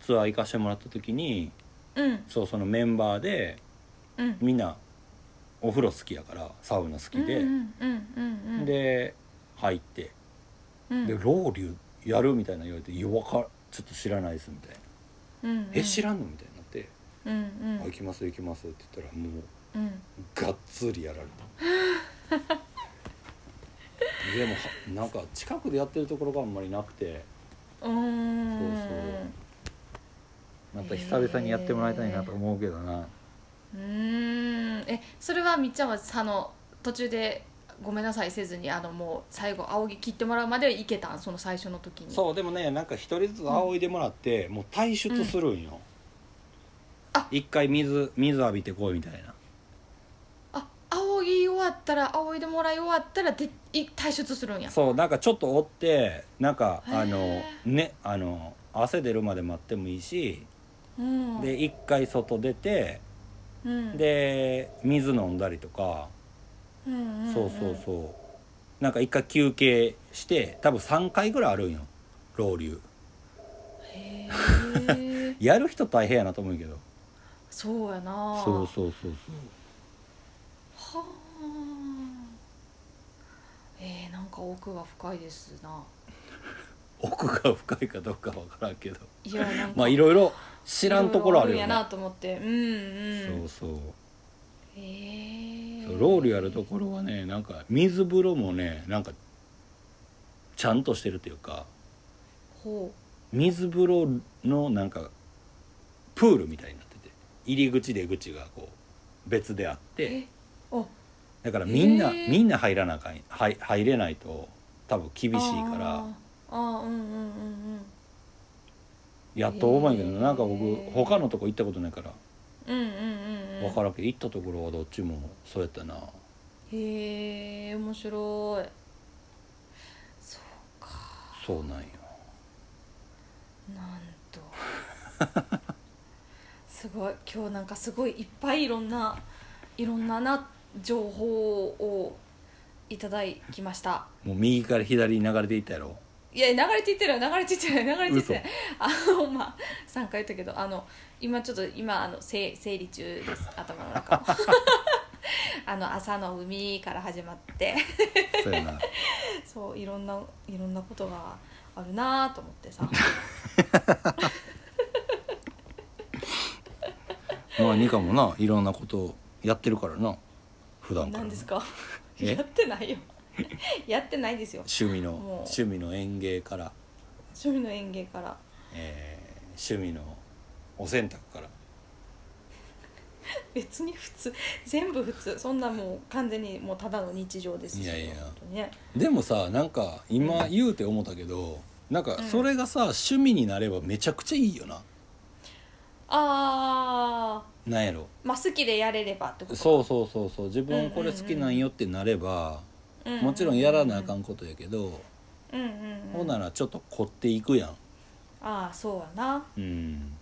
Speaker 1: ツアー行かしてもらった時に、
Speaker 2: うん
Speaker 1: そうそのメンバーで
Speaker 2: うん
Speaker 1: みんなお風呂好きやからサウナ好きで
Speaker 2: う、んうんうんうんうん、
Speaker 1: で入って、
Speaker 2: うん、
Speaker 1: でロウリュやるみたいな言われて「弱かちょっと知らないです」みたいな
Speaker 2: うんうん
Speaker 1: 「え知らんの?」みたいになって
Speaker 2: うんう
Speaker 1: 「
Speaker 2: ん
Speaker 1: あ行きます行きます」って言ったらもう
Speaker 2: うん
Speaker 1: がっつりやられ
Speaker 2: *laughs*
Speaker 1: たでもはなんか近くでやってるところがあんまりなくて
Speaker 2: うーん
Speaker 1: そうまた久々にやってもらいたいなと思うけどな、
Speaker 2: うーんえそれはみっちゃんはあの途中でごめんなさいせずにあのもう最後仰ぎ切ってもらうまでいけたんその最初の時に
Speaker 1: そうでもねなんか一人ずつ仰いでもらって、もう退出するんよ、
Speaker 2: あ
Speaker 1: 一回水水浴びてこいみたいな
Speaker 2: あ仰ぎ終わったら仰いでもらい終わったらでい退出するんや
Speaker 1: そうなんかちょっと追ってなんか
Speaker 2: へー
Speaker 1: あのねあの汗出るまで待ってもいいし、
Speaker 2: うん、
Speaker 1: で一回外出て
Speaker 2: うん、
Speaker 1: で水飲んだりとか、
Speaker 2: うんうんうん、
Speaker 1: そうそうそうなんか一回休憩して多分3回ぐらいあるんよ老流
Speaker 2: へえ
Speaker 1: やる人大変やなと思うけど
Speaker 2: そうやな
Speaker 1: そうそうそうそう
Speaker 2: はあえー、なんか奥が深いですな
Speaker 1: 奥が深いかどうかわからんけど *laughs*
Speaker 2: いやなんか
Speaker 1: まあいろいろ知らんところあるよ
Speaker 2: いろいろや
Speaker 1: ね
Speaker 2: なと思ってうんうん
Speaker 1: そうそう
Speaker 2: へえ
Speaker 1: そうロールやるところはねなんか水風呂もねなんかちゃんとしてるというか
Speaker 2: ほ
Speaker 1: 水風呂のなんかプールみたいになってて入り口出口がこう別であっ
Speaker 2: う
Speaker 1: て
Speaker 2: えあ
Speaker 1: だからみんな
Speaker 2: へえ
Speaker 1: みんな入らなあかん入入れないと多分厳しいから
Speaker 2: あーあーうんうんうん
Speaker 1: やっと思うんやけど
Speaker 2: へえ
Speaker 1: なんか僕他のとこ行ったことないから
Speaker 2: うんうんうんうん
Speaker 1: 分からんけど行ったところはどっちもそうやったな
Speaker 2: へえ面白いそうか
Speaker 1: そうなんよ
Speaker 2: なん
Speaker 1: *laughs*
Speaker 2: とすごい今日なんかすごいいっぱいいろんないろんなな情報をいただきました
Speaker 1: もう右から左に流れていったやろ
Speaker 2: いや流れていってる流れていってる流れていってるあほんま3回言ったけどあの今ちょっと今あの整整理中です頭の
Speaker 1: *laughs*
Speaker 2: 中をあの朝の海から始まって
Speaker 1: そうや
Speaker 2: *laughs*
Speaker 1: な
Speaker 2: そういろんないろんなことがあるなと思ってさ
Speaker 1: まあニカもないろんなことをやってるからな普段から
Speaker 2: 何ですか
Speaker 1: え
Speaker 2: やってないよやってないですよ
Speaker 1: 趣味の
Speaker 2: もう
Speaker 1: 趣味の園芸から、
Speaker 2: 趣味の園芸から
Speaker 1: えー趣味のお洗濯から
Speaker 2: 別に普通全部普通そんなもう完全にもうただの日常です
Speaker 1: いやいや
Speaker 2: 本当にね
Speaker 1: でもさなんか今言うて思ったけどなんかそれがさ、趣味になればめちゃくちゃいいよな
Speaker 2: ああ
Speaker 1: なんやろ
Speaker 2: まあ好きでやれればってこと
Speaker 1: そうそうそうそう自分これ好きなんよってなれば、
Speaker 2: う、う
Speaker 1: もちろんやらなあかんことやけど、
Speaker 2: うんうんうん
Speaker 1: ほんならちょっと凝っていくやん
Speaker 2: ああそうやな *laughs*
Speaker 1: うん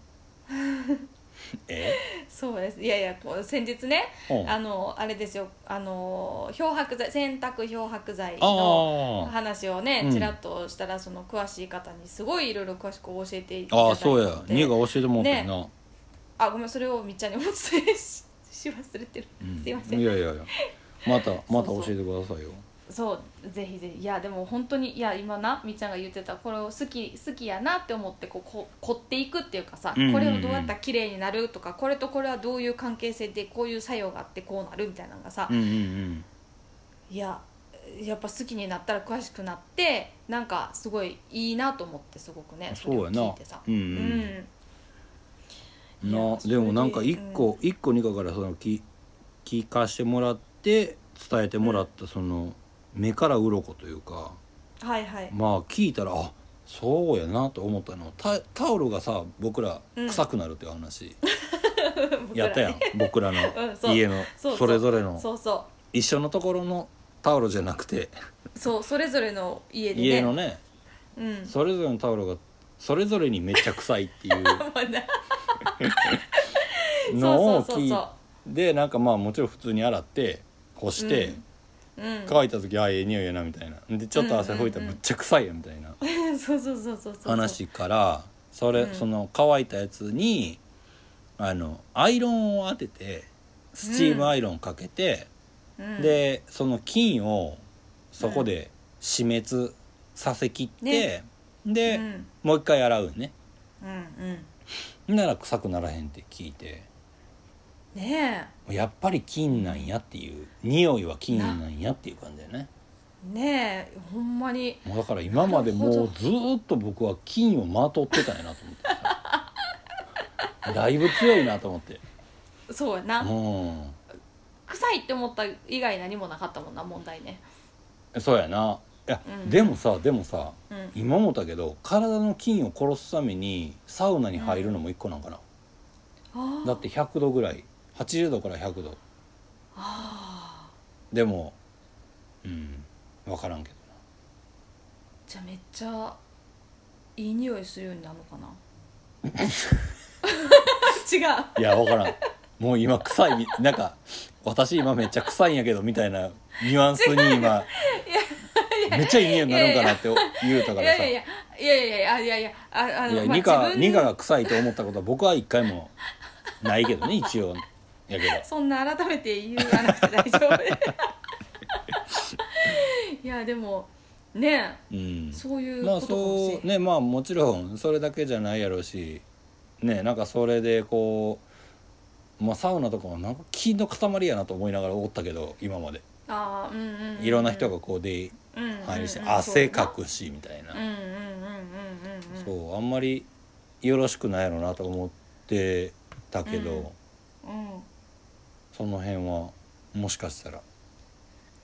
Speaker 1: え
Speaker 2: そうですいやいやこう先日ね
Speaker 1: うん
Speaker 2: あのあれですよあの漂白剤洗濯漂白剤の
Speaker 1: ああ
Speaker 2: 話をね
Speaker 1: うん
Speaker 2: ちらっとしたらその詳しい方にすごいいろいろ詳しく教えていただい
Speaker 1: あ
Speaker 2: て
Speaker 1: あそうやニエが教えてもらったよな、
Speaker 2: あごめんそれをみっちゃんにお伝えしし忘れてる、
Speaker 1: うん
Speaker 2: すいません
Speaker 1: いやいやいやまたまた教
Speaker 2: そうそ
Speaker 1: え
Speaker 2: う
Speaker 1: てくださいよ
Speaker 2: そうぜひぜひいやでも本当にいや今なみっちゃんが言ってたこれを好き好きやなって思ってこうこ凝っていくっていうかさ、
Speaker 1: うんうんうん
Speaker 2: これをどうやったら綺麗になるとかこれとこれはどういう関係性でこういう作用があってこうなるみたいなのがさ、
Speaker 1: うんうん
Speaker 2: いややっぱ好きになったら詳しくなってなんかすごいいいなと思ってすごくね
Speaker 1: そうやな
Speaker 2: れを聞いてさ
Speaker 1: うんう
Speaker 2: うん
Speaker 1: う
Speaker 2: ん
Speaker 1: ん
Speaker 2: いや
Speaker 1: な
Speaker 2: それ
Speaker 1: で
Speaker 2: で
Speaker 1: もなんか一個一、個二個からその聞聞かしてもらって伝えてもらったその目から鱗というか
Speaker 2: はいはい
Speaker 1: まあ聞いたらあそうやなと思ったのタタオルがさ僕ら
Speaker 2: うん
Speaker 1: 臭くなるっていう話、
Speaker 2: *laughs* 僕ら
Speaker 1: やったやん僕らの
Speaker 2: *laughs* うんそう
Speaker 1: 家の
Speaker 2: そうそう
Speaker 1: それぞれの
Speaker 2: そうそ
Speaker 1: 一緒のところのタオルじゃなくて
Speaker 2: うそうそれぞれの家でね
Speaker 1: 家のね
Speaker 2: うん *laughs*
Speaker 1: それぞれのタオルがそれぞれにめっちゃ臭いっていう
Speaker 2: まだ
Speaker 1: のを
Speaker 2: *laughs* そうそう
Speaker 1: 聞
Speaker 2: そう
Speaker 1: い
Speaker 2: そ
Speaker 1: てなんかまあもちろん普通に洗って干して、
Speaker 2: うん
Speaker 1: 乾いた時ああええ匂いやなみたいなでちょっと汗拭いた
Speaker 2: うんうんうん
Speaker 1: らむっちゃ臭いやみたいな
Speaker 2: *laughs* そうそうそうそうそうそう
Speaker 1: 話からそれ、
Speaker 2: うん
Speaker 1: その乾いたやつにあのアイロンを当ててスチームアイロンかけて、
Speaker 2: うん、
Speaker 1: でその菌をそこで死滅させきって、
Speaker 2: うん
Speaker 1: で、
Speaker 2: うん
Speaker 1: もう一回洗うね
Speaker 2: うん
Speaker 1: なら臭くならへんって聞いて
Speaker 2: ね
Speaker 1: やっぱり菌なんやっていう匂いは菌なんやっていう感じだよね
Speaker 2: えねえほんまに
Speaker 1: もうだから今までもうずーっと僕は菌をまとってたんやなと思ってだいぶ強いなと思って
Speaker 2: そうやな
Speaker 1: う
Speaker 2: 臭いって思った以外何もなかったもんな問題ね
Speaker 1: んそうやないや、
Speaker 2: うん
Speaker 1: でもさでもさ
Speaker 2: うん
Speaker 1: 今もだけど体の菌を殺すためにサウナに入るのも一個なんかな、
Speaker 2: あー
Speaker 1: だって100度ぐらい80度から100度
Speaker 2: あ
Speaker 1: でもうん分からんけどな
Speaker 2: ーじゃあめっちゃいい匂いするようになるの
Speaker 1: *laughs*
Speaker 2: かな違う
Speaker 1: いや分からんもう今臭いみなんか私今めっちゃ臭いんやけどみたいなニュアンスに今めっちゃいい匂いになるんかなって言うた
Speaker 2: い
Speaker 1: から
Speaker 2: や
Speaker 1: さ
Speaker 2: いやいやいやいやいやいやいやああ
Speaker 1: い
Speaker 2: の
Speaker 1: や
Speaker 2: まあ
Speaker 1: ニカ
Speaker 2: 自分
Speaker 1: ニカが臭いと思ったことは僕は一回もないけどね一応やけど
Speaker 2: そんな改めて言わなくて大丈夫いやでもね
Speaker 1: うん
Speaker 2: そういう
Speaker 1: まあ
Speaker 2: ことかもしれ
Speaker 1: そうねまあもちろんそれだけじゃないやろうしねなんかそれでこうまあサウナとかもなんか気の塊やなと思いながらおったけど今まで
Speaker 2: ああうんうん、うん、
Speaker 1: いろんな人がこう出入りして汗かくしみたいな
Speaker 2: うんうんうんうんうんうん
Speaker 1: そうあんまりよろしくないやろなと思ってたけど、
Speaker 2: うんうん
Speaker 1: その辺はもしかしたら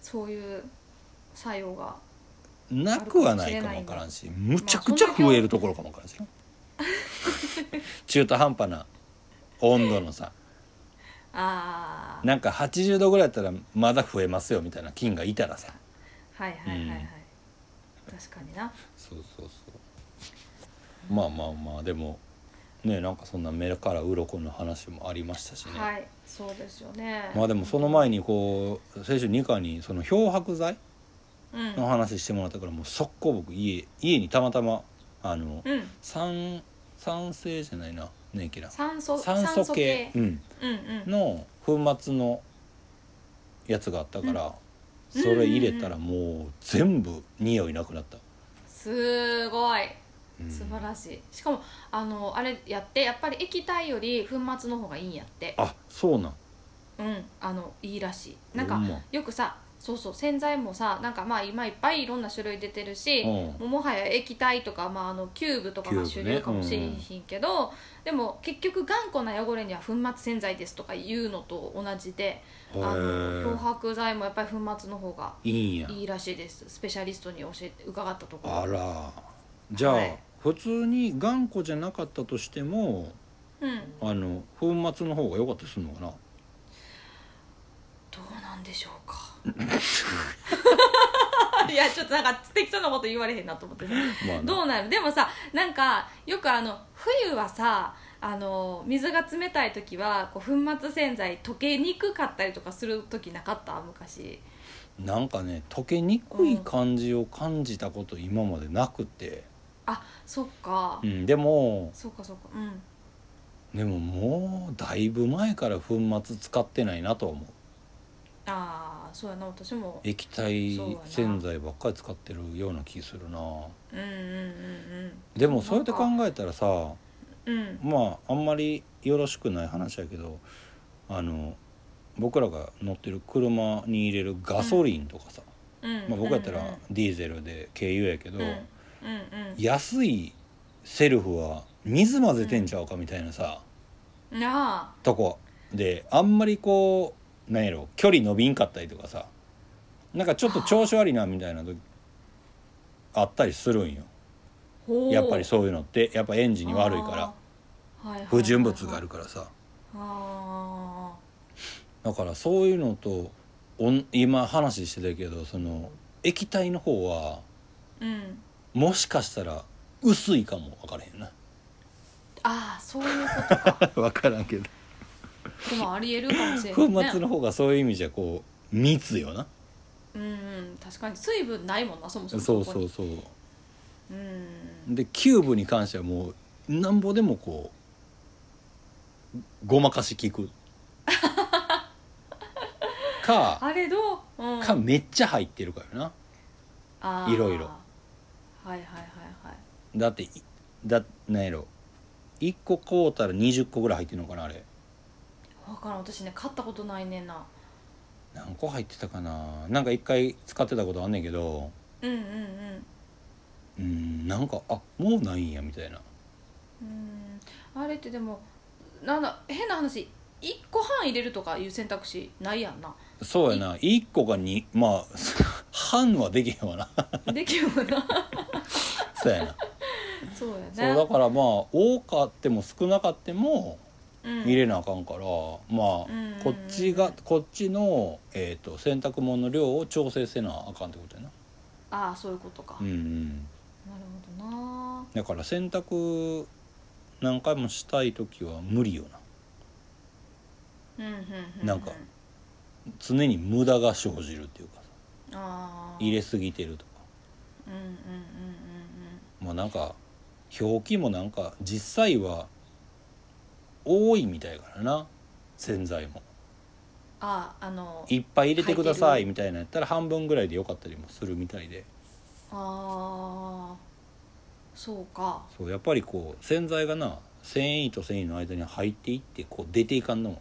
Speaker 2: そういう作用が
Speaker 1: なくはないかもわからんしむちゃくちゃ増えるところかもわからんし中途半端な温度のさ
Speaker 2: ああ
Speaker 1: なんか80度ぐらいだったらまだ増えますよみたいな菌がいたらさ
Speaker 2: はいはいはいはい、確かにな
Speaker 1: そうそうそうまあまあまあでもねなんかそんな目から鱗の話もありましたしね、
Speaker 2: はいそうですよね
Speaker 1: まあでもその前にこう先週2課にその漂白剤
Speaker 2: うん
Speaker 1: の話してもらったからもう速攻僕家家にたまたまあの
Speaker 2: うん
Speaker 1: 酸酸性じゃないなねえきな
Speaker 2: 酸素
Speaker 1: 酸素系うん、
Speaker 2: うんうん
Speaker 1: の粉末のやつがあったから、
Speaker 2: うん
Speaker 1: それ入れたらもう全部匂いなくなった、
Speaker 2: すごい
Speaker 1: うん
Speaker 2: 素晴らしいしかもあのあれやってやっぱり液体より粉末の方がいいんやって
Speaker 1: あそうなん
Speaker 2: うんあのいいらしいなん
Speaker 1: ほ
Speaker 2: か
Speaker 1: んま
Speaker 2: よくさそうそう洗剤もさなんかまあ今いっぱいいろんな種類出てるし、
Speaker 1: うん
Speaker 2: もうもはや液体とか、まあ、あのキューブとかが
Speaker 1: キュー
Speaker 2: 主
Speaker 1: ブね
Speaker 2: 流かもしれんけど、でも結局頑固な汚れには粉末洗剤ですとか言うのと同じであの
Speaker 1: へー
Speaker 2: 漂白剤もやっぱり粉末の方が
Speaker 1: いいんや
Speaker 2: いいらしいですスペシャリストに教えて伺ったところ
Speaker 1: あらじゃあ、
Speaker 2: はい
Speaker 1: 普通に頑固じゃなかったとしても
Speaker 2: うんど
Speaker 1: あの粉末の方が良かったりする
Speaker 2: *laughs*
Speaker 1: のかな
Speaker 2: うなんでしょうか *laughs* いやちょっとなんか適当なこと言われへんなと思ってさ
Speaker 1: まあな
Speaker 2: どうなるでもさなんかよくあの冬はさあの水が冷たい時はこう粉末洗剤溶けにくかったりとかする時なかった昔
Speaker 1: なんかね溶けにくい感じを感じたこと今までなくて、
Speaker 2: あそっか、
Speaker 1: うん、でも
Speaker 2: そっかそっかうん
Speaker 1: でももうだいぶ前から粉末使ってないなとは思う
Speaker 2: ああそうやな私も
Speaker 1: 液体
Speaker 2: そうやな
Speaker 1: 洗剤ばっかり使ってるような気するな
Speaker 2: うんうん
Speaker 1: でもそうやって考えたらさ
Speaker 2: うんうんうん
Speaker 1: まああんまりよろしくない話やけどあの僕らが乗ってる車に入れるガソリンとかさ、
Speaker 2: うん
Speaker 1: まあ、僕やった
Speaker 2: うん
Speaker 1: らディーゼルで軽油やけど、
Speaker 2: うんうんうん
Speaker 1: 安いセルフは水混ぜてんちゃうかみたいなさ、
Speaker 2: うんなあ
Speaker 1: とこであんまりこうなんやろ距離伸びんかったりとかさなんかちょっと調子悪いなみたいな時あったりするんよ
Speaker 2: ほう
Speaker 1: やっぱりそういうのってやっぱエンジンに悪いから
Speaker 2: あーはいはいはいはい
Speaker 1: 不純物があるからさ
Speaker 2: あ
Speaker 1: だからそういうのとおん今話してたけどその液体の方は
Speaker 2: ーうん
Speaker 1: もしかしたら薄いかも分からへん *laughs* な
Speaker 2: ああそういうことか
Speaker 1: 分からんけど
Speaker 2: でもありえるかもしれない、
Speaker 1: *laughs*
Speaker 2: ね、
Speaker 1: 粉末の方がそういう意味じゃこう密よな
Speaker 2: うんうん確かに水分ないもんなそもそも
Speaker 1: そう
Speaker 2: こ
Speaker 1: そ
Speaker 2: に
Speaker 1: うそう
Speaker 2: うん
Speaker 1: でキューブに関してはもうなんぼでもこうごまかし効くか
Speaker 2: あれどう、うん、
Speaker 1: かめっちゃ入ってるからな
Speaker 2: あー
Speaker 1: いろいろ
Speaker 2: はいはいはいはい
Speaker 1: だっていだなんやろ1個買うたら20個ぐらい入ってるのかなあれ
Speaker 2: 分からん私ね買ったことないねんな
Speaker 1: 何個入ってたかななんか1回使ってたことあんねんけど
Speaker 2: うんうんうん
Speaker 1: うんなんかあもうないんやみたいな
Speaker 2: うんあれってでもなんだ変な話1個半入れるとかいう選択肢ないや
Speaker 1: *laughs*
Speaker 2: んな
Speaker 1: そうやな1個が2まあ *laughs* 半はできへんわな *laughs*
Speaker 2: できるもんな *laughs*
Speaker 1: そうやな
Speaker 2: そうやね
Speaker 1: そうだからまあ多かっても少なかっても
Speaker 2: うん、
Speaker 1: 入れなあかんから、まあ、
Speaker 2: うんうんうん
Speaker 1: こっちがこっちの、えー、と洗濯物の量を調整せなあかんってことやな、
Speaker 2: ああそういうことか、
Speaker 1: うんう、
Speaker 2: なんるほどな
Speaker 1: だから洗濯何回もしたい時は無理よな
Speaker 2: うんうんうん、うん、
Speaker 1: なんか常に無駄が生じるっていうかさ
Speaker 2: ああ
Speaker 1: 入れすぎてるとか
Speaker 2: うんうんうんうんうん
Speaker 1: まあなんか表記もなんか実際は多いみたいやからな洗剤も
Speaker 2: ああの
Speaker 1: いっぱい入れてくださ
Speaker 2: 書いて
Speaker 1: いみたいなやったら半分ぐらいでよかったりもするみたいで
Speaker 2: ああそうか
Speaker 1: そうやっぱりこう洗剤がな繊維と繊維の間に入っていってこう出ていかんの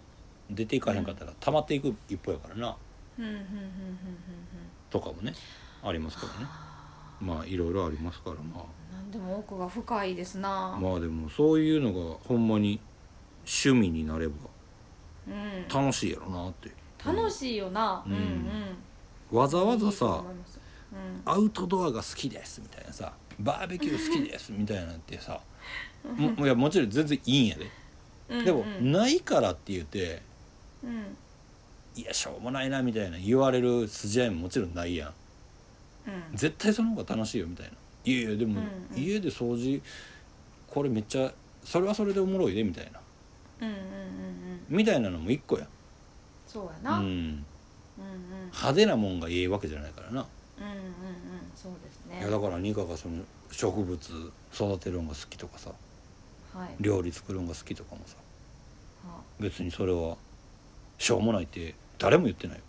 Speaker 1: 出ていかへんかったら溜まっていく一方やからな
Speaker 2: うんうんうんうんうんうん
Speaker 1: とかもねありますからねまあいろいろありますからま
Speaker 2: なんでも奥が深いですな、
Speaker 1: あまあでもそういうのがほんまに趣味になれば
Speaker 2: うん、
Speaker 1: 楽しいやろなって
Speaker 2: 楽しいよな、う、
Speaker 1: うんん
Speaker 2: うん
Speaker 1: わざわざ
Speaker 2: いいと
Speaker 1: さ
Speaker 2: 思いますうん
Speaker 1: アウトドアが好きですみたいなさバーベキュー好きですみたいなのってさもいやもちろん全然いいんやで、
Speaker 2: うん
Speaker 1: でも
Speaker 2: うん
Speaker 1: ないからって言って
Speaker 2: うん
Speaker 1: いやしょうもないなみたいな言われる筋合いももちろんないやん
Speaker 2: うん
Speaker 1: 絶対その方が楽しいよみたいないやいやでも、
Speaker 2: うんうん
Speaker 1: 家で掃除これめっちゃそれはそれでおもろいでみたいな
Speaker 2: うんうんうんうん
Speaker 1: みたいなのも一個や
Speaker 2: そうや
Speaker 1: ん、
Speaker 2: な、
Speaker 1: う
Speaker 2: うん、
Speaker 1: ん、
Speaker 2: うん
Speaker 1: 派手なもんがええわけじゃないからな
Speaker 2: うんうんうんうんそうです
Speaker 1: い
Speaker 2: ね
Speaker 1: やだからニカがその植物育てるのが好きとかさ
Speaker 2: はい
Speaker 1: 料理作るのが好きとかもさ
Speaker 2: は
Speaker 1: 別にそれはしょうもないって誰も言ってないよ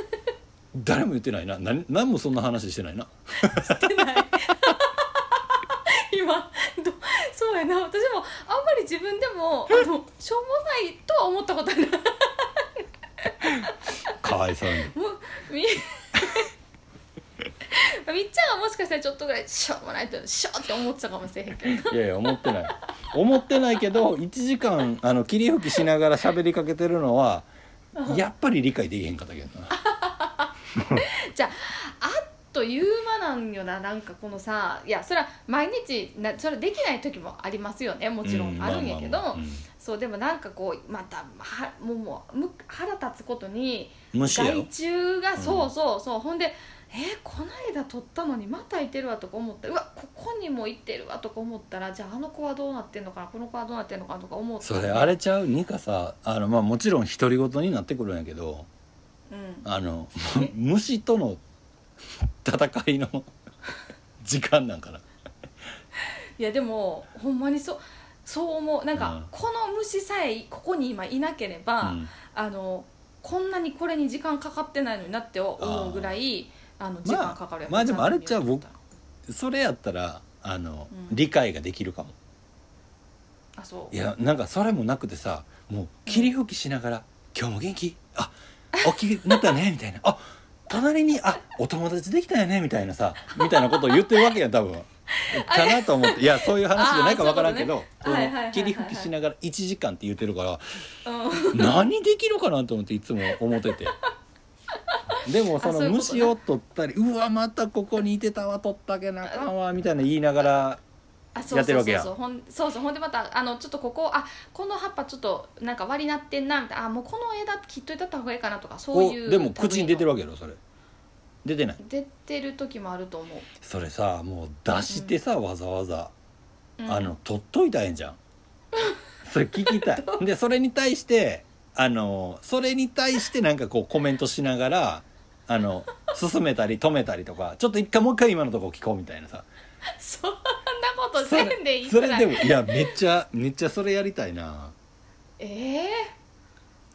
Speaker 1: *laughs* 誰も言ってないな何何もそんな話してないな
Speaker 2: 今どそうやな私もあんまり自分でもあのしょうもないとは思ったことはない
Speaker 1: かわいそうに
Speaker 2: もうみ *laughs* みっちゃんはもしかしたらちょっとぐらいしょうもないとしょって思ってたかもしれへんけど
Speaker 1: いやいや思ってない思ってないけど1時間あの霧吹きしながら喋りかけてるのはやっぱり理解できへんかったけどな
Speaker 2: じゃああっという間なんよななんかこのさいやそれは毎日なそれはできない時もありますよねもちろ
Speaker 1: うんま
Speaker 2: あるんやけ
Speaker 1: ま
Speaker 2: ど、
Speaker 1: あまあ
Speaker 2: そうでもなんかこうまたはもうもうむ腹立つことに
Speaker 1: うん無視や
Speaker 2: 害
Speaker 1: よ
Speaker 2: 虫が
Speaker 1: ん
Speaker 2: そうそうそう、ほんでえー、こないだ取ったのにまたいてるわとか思ったうわここにもいてるわとか思ったらじゃああの子はどうなってんのかなこの子はどうなってんのかなとか思った
Speaker 1: それあれちゃうニカさあの、まあ、もちろん独り言になってくるんやけど
Speaker 2: うん
Speaker 1: あのむ虫との戦いの時間なんかない
Speaker 2: やでもほんまにそうそう思うなんか、
Speaker 1: うん
Speaker 2: この虫さえここに今いなければ、
Speaker 1: うん
Speaker 2: あのこんなにこれに時間かかってないのになって思うぐらいあの時間かかるやつ
Speaker 1: まあでもあれちゃう
Speaker 2: 残念
Speaker 1: 僕それやったらあの、
Speaker 2: うん
Speaker 1: 理解ができるかも
Speaker 2: あそう
Speaker 1: いやなんかそれもなくてさもう霧吹きしながら「今日も元気あ起きなったね」みたいな「あ隣にあお友達できたよね」みたいなさみたいなことを言ってるわけやん多分。かなと思っていやそういう話じゃないか分からんけど
Speaker 2: あーそういうことねはいはいはいはいはい
Speaker 1: その霧吹きしながら1時間って言ってるから
Speaker 2: うん
Speaker 1: 何できるかなと思っていつも思っててでもそ
Speaker 2: あそうい
Speaker 1: の
Speaker 2: うことね
Speaker 1: 虫を取ったり「うわまたここにいてたわ取ったけなあかんわ」みたいな言いながら
Speaker 2: あそう
Speaker 1: やって
Speaker 2: そ
Speaker 1: る
Speaker 2: う
Speaker 1: わけ
Speaker 2: そ
Speaker 1: や
Speaker 2: うそうほんそうそうほんでまたあのちょっとここあこの葉っぱちょっとなんか割りなってんなみたいなあもうこの枝切っといた方がいいかなとかそういう
Speaker 1: おでも口に出てる
Speaker 2: わ
Speaker 1: わけやろそれ出てない
Speaker 2: 出てる時もあると思う、
Speaker 1: それさもう出してさ、わざわざ、
Speaker 2: うん
Speaker 1: あの取っといたらええんじゃんそれ聞きたいでそれに対してあのそれに対してなんかこうコメントしながらあ
Speaker 2: *laughs*
Speaker 1: の進めたり止めたりとかちょっと一回もう一回今のとこ聞こうみたいなさ
Speaker 2: *laughs* そんなこと
Speaker 1: そ
Speaker 2: せ
Speaker 1: れ
Speaker 2: んでいい
Speaker 1: そ
Speaker 2: く
Speaker 1: れ
Speaker 2: ら
Speaker 1: で
Speaker 2: い
Speaker 1: もいやめっちゃめっちゃそれやりたいな
Speaker 2: *laughs* ええ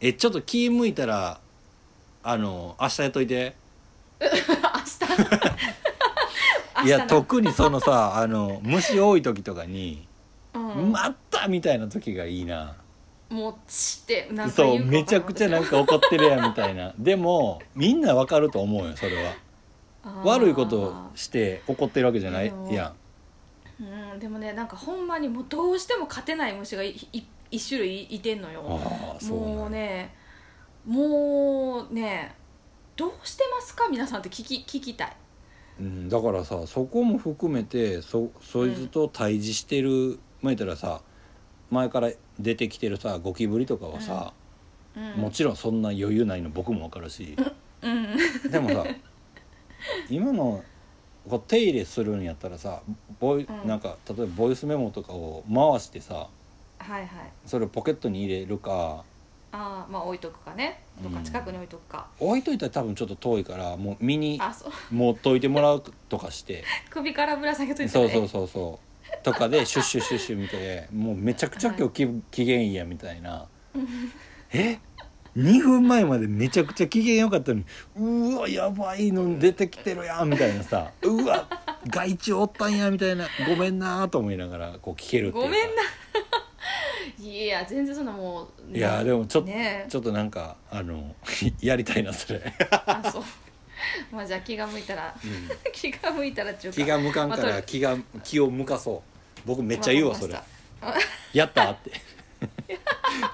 Speaker 1: えちょっと気向いたらあの明日やっといて
Speaker 2: *laughs* ー、明日
Speaker 1: いや
Speaker 2: と
Speaker 1: 特にそのさあの虫多い時とかに「
Speaker 2: うん、
Speaker 1: また!」みたいな時がいいな。
Speaker 2: もうしてなんか言
Speaker 1: そうう
Speaker 2: か
Speaker 1: めちゃくちゃなんか怒ってるやんみたいな *laughs* でもみんなわかると思うよそれは
Speaker 2: あー
Speaker 1: 悪いことをして怒ってるわけじゃない
Speaker 2: でも
Speaker 1: や
Speaker 2: うんでもねなんかほんまにもうどうしても勝てない虫がいい一種類いてんの
Speaker 1: ん
Speaker 2: よ
Speaker 1: ああそう
Speaker 2: もう
Speaker 1: なんや
Speaker 2: ねもうねどうしてますか皆さんって聞き聞きたい
Speaker 1: うんだからさそこも含めてそそいつと対峙してるまあ言ったらさ前から出てきてるさゴキブリとかはさ、
Speaker 2: うん
Speaker 1: もちろんそんな余裕ないの僕もわかるし、
Speaker 2: うん
Speaker 1: でもさ今のこう手入れするんやったらさボイ、
Speaker 2: うん
Speaker 1: なんか例えばボイスメモとかを回してさ
Speaker 2: はいはい
Speaker 1: それをポケットに入れるか
Speaker 2: ああまあ置いとくかねとか
Speaker 1: うん
Speaker 2: 近くに置いとくか、
Speaker 1: 置いといたら多分ちょっと遠いからもう身に
Speaker 2: あそう *laughs*
Speaker 1: 持っといてもらうとかして
Speaker 2: 首からぶら下げといて、ね、
Speaker 1: そうそうそうそうとかでシュッシュッシュッシュ見てもうめちゃくちゃ今日き、機嫌いいやみたいなえ2分前までめちゃくちゃ機嫌良かったのにうわやばいの出てきてるやんみたいなさうわ害虫おったんやみたいなごめんなーと思いながらこう聞けるっていうか
Speaker 2: ごめんないや全然そんなもう、
Speaker 1: いやでもちょっと、
Speaker 2: ね
Speaker 1: ちょっとなんかあのやりたいなそれ、
Speaker 2: あそう *laughs* まあじゃあ気が向いたら *laughs* 気が向いたらっていうか
Speaker 1: *laughs* 気が向かんか
Speaker 2: まあとり
Speaker 1: ら気が気を向かそう僕めっちゃ言うわ
Speaker 2: まあ
Speaker 1: それ
Speaker 2: わか
Speaker 1: 「やった!」って *laughs*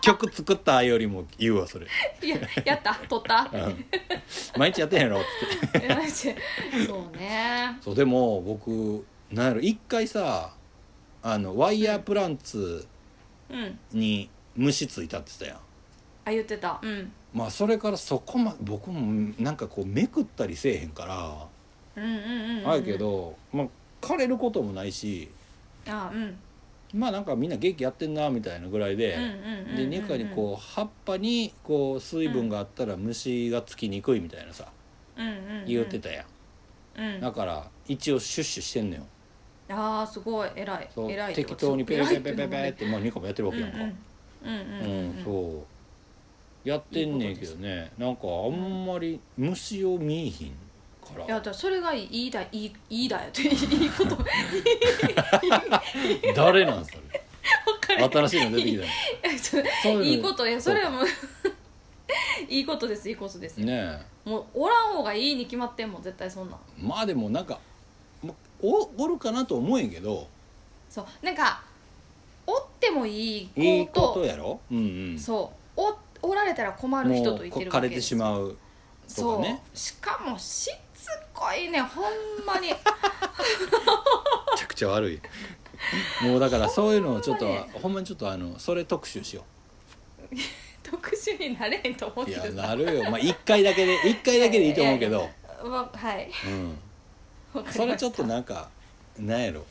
Speaker 1: 曲作ったよりも言うわそれ、
Speaker 2: りましたいや *laughs* やった取った
Speaker 1: うん毎日やってんやろって
Speaker 2: いやマジで *laughs* そうね
Speaker 1: そうでも僕なんやろ一回さあのワイヤープランツ
Speaker 2: うん
Speaker 1: に虫ついたって言ってたやん
Speaker 2: あ言ってたうん
Speaker 1: まあそれからそこま僕もなんかこうめくったりせえへんから、
Speaker 2: うんうんうんうん
Speaker 1: あるけど、まあ、枯れることもないし
Speaker 2: あうんうん
Speaker 1: まあなんかみんな元気やってんなみたいなぐらいで、
Speaker 2: うんうん
Speaker 1: でニカにこう葉っぱにこう水分があったら虫がつきにくいみたいなさ
Speaker 2: うんうんうん
Speaker 1: 言ってたやん、
Speaker 2: うん
Speaker 1: だから一応シュッシュしてんのよ
Speaker 2: ああすごい偉い
Speaker 1: そう
Speaker 2: 偉い
Speaker 1: 適当にペペペペペペ
Speaker 2: ー
Speaker 1: ってまあ2個もやってるわけやんか
Speaker 2: うん
Speaker 1: う
Speaker 2: うんうん
Speaker 1: んそうやってんねんけどねなんかあんまり虫を見いひんか
Speaker 2: いや
Speaker 1: ら
Speaker 2: だからそれがいいいいだいいいいだよっていいこと分
Speaker 1: 誰なんそれ
Speaker 2: か
Speaker 1: 新
Speaker 2: る
Speaker 1: しいの出てきたよそう
Speaker 2: い
Speaker 1: い
Speaker 2: いう
Speaker 1: の
Speaker 2: こといやそれはもういいことですいいことです、
Speaker 1: ねえ
Speaker 2: もうおらん方がいいに決まってんもん絶対そんなん
Speaker 1: まあでもなんかまおおるかなと思うんやけど
Speaker 2: そうなんかおってもいい子と
Speaker 1: いいことやろうんうん
Speaker 2: そうおおられたら困る人
Speaker 1: もう
Speaker 2: とい
Speaker 1: こ
Speaker 2: てる
Speaker 1: 枯
Speaker 2: わ
Speaker 1: れて
Speaker 2: けです
Speaker 1: しまうとかね
Speaker 2: そうしかもしつこいねほんま
Speaker 1: *laughs*
Speaker 2: に
Speaker 1: めちゃくちゃ悪い *laughs* もうだからそういうのをちょっと
Speaker 2: ほんま
Speaker 1: ほんまにちょっとあのそれ特集しよ
Speaker 2: 特殊になれへんと思っ
Speaker 1: うい
Speaker 2: て
Speaker 1: や
Speaker 2: る
Speaker 1: なるよまあ1回だけで1回だけでいいと思うけ
Speaker 2: い
Speaker 1: ど
Speaker 2: わはい
Speaker 1: うん
Speaker 2: わかりました
Speaker 1: それちょっとなんかなんやろも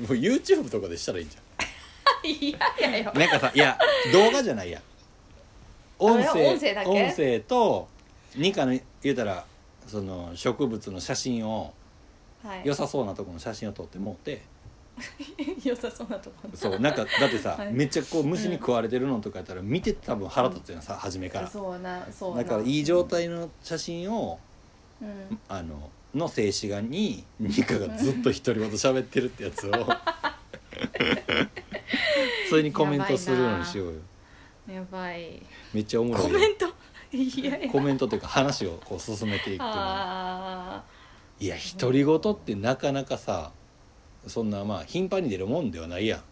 Speaker 1: う YouTube とかでしたらいいんじ
Speaker 2: い *laughs* やいやよ
Speaker 1: ゃんなんかさいや動画じゃないや音
Speaker 2: あ
Speaker 1: 声
Speaker 2: れ音声だけ
Speaker 1: 音声と二かの言うたらその植物の写真を
Speaker 2: はい
Speaker 1: 良さそうなところの写真を撮ってもって
Speaker 2: 良さそうなところ
Speaker 1: そうなんかだ *laughs* ってさ、
Speaker 2: はい
Speaker 1: めっちゃこう虫に食われてるのとかやったら見てて多分腹立つやんさ初めから
Speaker 2: そうなそうな
Speaker 1: だからいい状態の写真を
Speaker 2: うん
Speaker 1: あのの静止画にニカがずっと独り言喋ってるってや
Speaker 2: *laughs*
Speaker 1: つをそれにコメントするようにしようよ
Speaker 2: やばい
Speaker 1: めっちゃおもろ
Speaker 2: コ
Speaker 1: いよ
Speaker 2: メントいやいや
Speaker 1: コメントというか話をこう進めていくというの
Speaker 2: *laughs* あ
Speaker 1: いや独り言ってなかなかさそんなまあ頻繁に出るもんではないや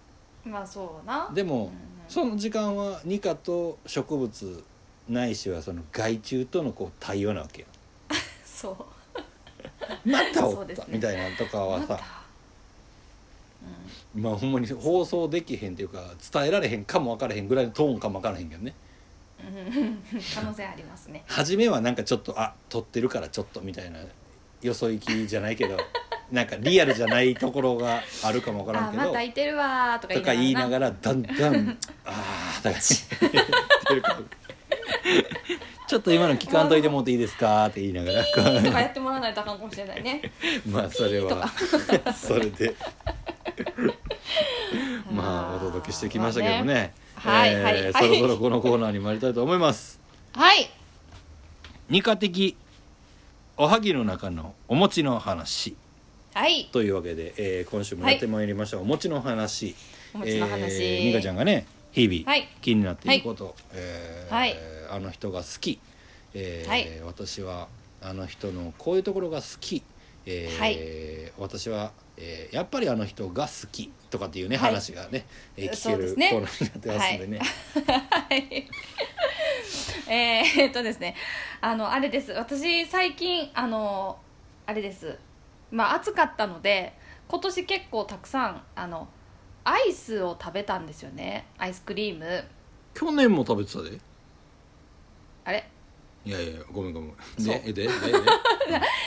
Speaker 2: ーまあそうなん
Speaker 1: で
Speaker 2: うん
Speaker 1: も
Speaker 2: うん
Speaker 1: その時間はニカと植物ないしはその害虫とのこう対応なわ
Speaker 2: *laughs*
Speaker 1: けよ
Speaker 2: そう
Speaker 1: またお
Speaker 2: そう
Speaker 1: っ
Speaker 2: です
Speaker 1: た
Speaker 2: ね
Speaker 1: みたいなとかは
Speaker 2: また
Speaker 1: さまあほんまに放送できへんっていうか伝えられへんかも分からへんぐらいのトーンかも分からへんけどね
Speaker 2: うんうん可能性ありますね
Speaker 1: 初めはなんかちょっとあ撮ってるからちょっとみたいなよそ行きじゃないけ
Speaker 2: *laughs*
Speaker 1: どなんかリアルじゃないところがあるかも分から
Speaker 2: あ
Speaker 1: んけ
Speaker 2: ま
Speaker 1: ど
Speaker 2: たいてるわーとか
Speaker 1: とか言いな
Speaker 2: ら
Speaker 1: がらだんだんああ
Speaker 2: *laughs*
Speaker 1: だから *laughs* ちっていうかちょっと今の聞かんといてもらっていいですかって言いながらこ
Speaker 2: なとかやってもらわないとあかんかもしれないね
Speaker 1: う *laughs* まあそれは *laughs* それ
Speaker 2: *laughs*
Speaker 1: でまあお届けしてきましたけどもね,、
Speaker 2: はいはい
Speaker 1: えー
Speaker 2: はい
Speaker 1: そろそろこのコーナーに参りたいと思います。
Speaker 2: はい
Speaker 1: 二課的おはぎの中のお餅の話
Speaker 2: はい
Speaker 1: というわけで、えー今週もやってまいりました、お餅の話
Speaker 2: お餅の話
Speaker 1: えー、ニカちゃんがね日々
Speaker 2: はい
Speaker 1: 気になっていること、えー
Speaker 2: はい
Speaker 1: あの人が好き、えー
Speaker 2: はい
Speaker 1: 私はあの人のこういうところが好き、えー私は、えーやっぱりあの人が好きとかっていうね、
Speaker 2: はい
Speaker 1: 話がね、えー聞
Speaker 2: そ
Speaker 1: け
Speaker 2: うで
Speaker 1: る
Speaker 2: す
Speaker 1: コ
Speaker 2: ね
Speaker 1: ーナーになってますんでね。
Speaker 2: はい。えーえっとですね、あのあれです。私最近あのあれです。まあ暑かったので、今年結構たくさんあのアイスを食べたんですよね。アイスクリーム。
Speaker 1: 去年も食べてたで
Speaker 2: あれ。
Speaker 1: いやいやごめんごめん。
Speaker 2: そう
Speaker 1: でででで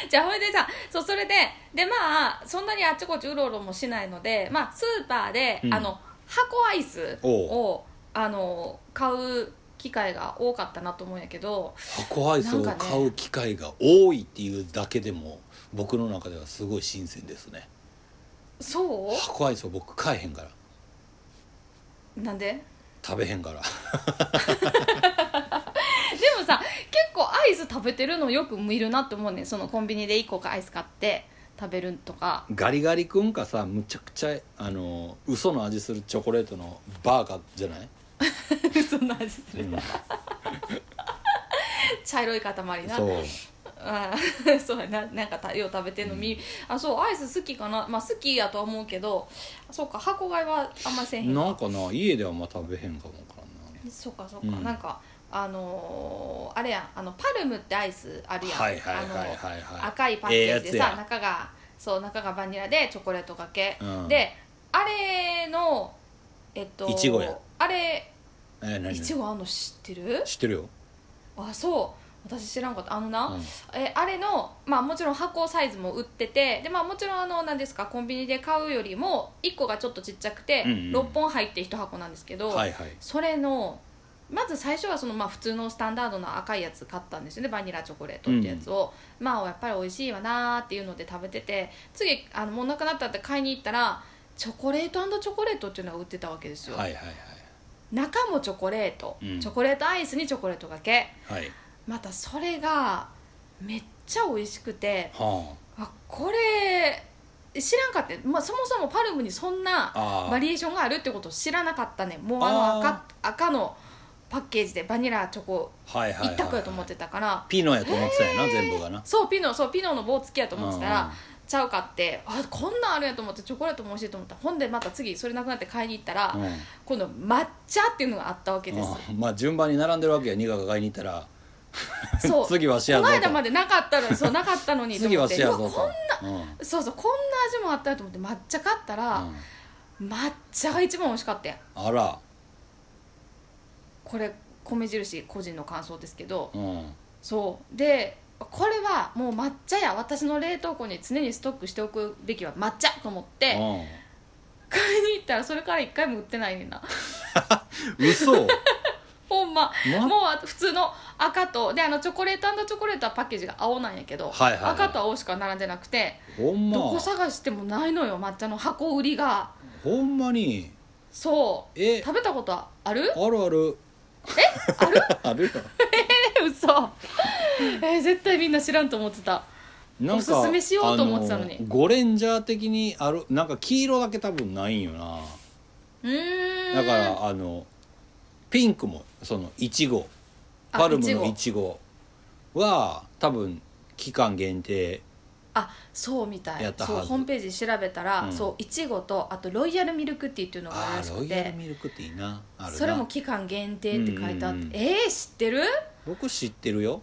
Speaker 2: じゃあほいでさ、そうそれででまあそんなにあっちこっちうろうろもしないので、まあスーパーで、
Speaker 1: うん
Speaker 2: あの箱アイス
Speaker 1: おう
Speaker 2: をあの買う機会が多かったなと思うんやけど。
Speaker 1: 箱アイスを買う機会が多いっていうだけでも僕の中ではすごい新鮮ですね
Speaker 2: そ
Speaker 1: 箱アイスを僕買えへんから
Speaker 2: うなんで
Speaker 1: 食べへんから
Speaker 2: でもさ結構アイス食べてるのよく見るなって思うねんそのコンビニで1個かアイス買って食べるとか
Speaker 1: ガリガリ君かさむちゃくちゃあの嘘の味するチョコレートのバーガーじゃない、
Speaker 2: *laughs* そんな味す
Speaker 1: う
Speaker 2: る
Speaker 1: ん
Speaker 2: 茶色い塊な
Speaker 1: そう
Speaker 2: うん *laughs* そうやななんかたよう食べてるの見、あそうアイス好きかなまあ好きやとは思うけどそうか箱買いはあんませえへん
Speaker 1: なんかな家ではあんま食べへんかもわからん
Speaker 2: そうかそうか、
Speaker 1: うん
Speaker 2: なんかあのーあれやんあのパルムってアイスあるやん、
Speaker 1: はいはいはい
Speaker 2: あ
Speaker 1: はい
Speaker 2: の
Speaker 1: は
Speaker 2: 赤いパッケージで
Speaker 1: ええや
Speaker 2: さ、
Speaker 1: つや
Speaker 2: 中がそう中がバニラでチョコレートかけ、
Speaker 1: い、うん、
Speaker 2: であれのえっと
Speaker 1: いちごや
Speaker 2: あれ
Speaker 1: えー何
Speaker 2: いちごあんの知ってる
Speaker 1: 知ってるよ、
Speaker 2: あそう私知らんかったあのな、
Speaker 1: うん
Speaker 2: えあれのまあもちろん箱サイズも売っててでまあもちろんあの何ですかコンビニで買うよりも1個がちょっとちっちゃくて、
Speaker 1: うんうん
Speaker 2: 6本入って1箱なんですけど、
Speaker 1: はいはい
Speaker 2: それのまず最初はそのまあ普通のスタンダードの赤いやつ買ったんですよねバニラチョコレートってやつを、まあやっぱり美味しいわなーっていうので食べてて次あのもうなくなったって買いに行ったらチョコレートチョコレートっていうのが売ってたわけですよ、
Speaker 1: はいはい
Speaker 2: 中もチョコレート、
Speaker 1: うん
Speaker 2: チョコレートアイスにチョコレートがけ
Speaker 1: はいはい
Speaker 2: またそれがめっちゃ美味しくて
Speaker 1: は
Speaker 2: あこれ知らんかって、まあ、そもそもパルムにそんな
Speaker 1: ああ
Speaker 2: バ
Speaker 1: ー
Speaker 2: リエーションがあるってことを知らなかったねもうあの赤赤のパッケージでバニラチョコ
Speaker 1: はいはいはい
Speaker 2: 一択やと思ってたから、
Speaker 1: ピノやと思ってたんやな全部がな
Speaker 2: そうピノそうピノの棒付きやと思ってた
Speaker 1: うん
Speaker 2: ら
Speaker 1: うん
Speaker 2: ちゃうかってあこんなんあるんやと思ってチョコレートも美味しいと思ったほんでまた次それなくなって買いに行ったら、
Speaker 1: うん
Speaker 2: 今度抹茶っていうのがあったわけです、
Speaker 1: うんまあ順番に並んでるわけやニガが買いに行ったら *laughs*
Speaker 2: そう
Speaker 1: 次はしや
Speaker 2: こ
Speaker 1: ぞ
Speaker 2: の
Speaker 1: と
Speaker 2: 間までなかったのにそうなかったのにと
Speaker 1: *laughs* 次
Speaker 2: 思
Speaker 1: は
Speaker 2: って
Speaker 1: しやぞ
Speaker 2: う
Speaker 1: と
Speaker 2: わこん
Speaker 1: うん
Speaker 2: そうそうこんな味もあったよと思って抹茶買ったら、
Speaker 1: うん
Speaker 2: 抹茶が一番美味しかったやん
Speaker 1: あら
Speaker 2: これ米印個人の感想ですけど
Speaker 1: うん
Speaker 2: そうでこれはもう抹茶や私の冷凍庫に常にストックしておくべきは抹茶と思って買いに行ったらそれから一回も売ってないねんな *laughs*
Speaker 1: うん嘘
Speaker 2: ほんま
Speaker 1: ま
Speaker 2: もうあと普通の赤とであのチョコレートチョコレートはパッケージが青なんやけど、
Speaker 1: はいはいはい
Speaker 2: 赤と青しか並んでなくて
Speaker 1: ほんま
Speaker 2: どこ探してもないのよ抹茶の箱売りが
Speaker 1: ほんまに
Speaker 2: そう
Speaker 1: え
Speaker 2: 食べたこと
Speaker 1: *laughs*
Speaker 2: ある
Speaker 1: あるあるえある *laughs* あるよ
Speaker 2: え嘘 *laughs* え絶対みんな知らんと思ってた
Speaker 1: なんか
Speaker 2: おすすめしようと思ってたのに
Speaker 1: あゴレンジャー的にあるなんか黄色だけ多分ないんよな
Speaker 2: うーん
Speaker 1: だからあのピンクもそのいちごパルムのいちごは多分期間限定
Speaker 2: あそうみたい
Speaker 1: やったは
Speaker 2: そ
Speaker 1: ず
Speaker 2: うホームページ調べたら、
Speaker 1: うん
Speaker 2: そういちごとあとロイヤルミルクティーっていうのがある
Speaker 1: あ
Speaker 2: らし
Speaker 1: ー
Speaker 2: く
Speaker 1: ロイヤル
Speaker 2: て
Speaker 1: ミルクっていいなあるな
Speaker 2: それも期間限定って書いて
Speaker 1: う
Speaker 2: あって、
Speaker 1: んうんうん
Speaker 2: えー、知
Speaker 1: *laughs*
Speaker 2: ってる
Speaker 1: 僕知ってるよ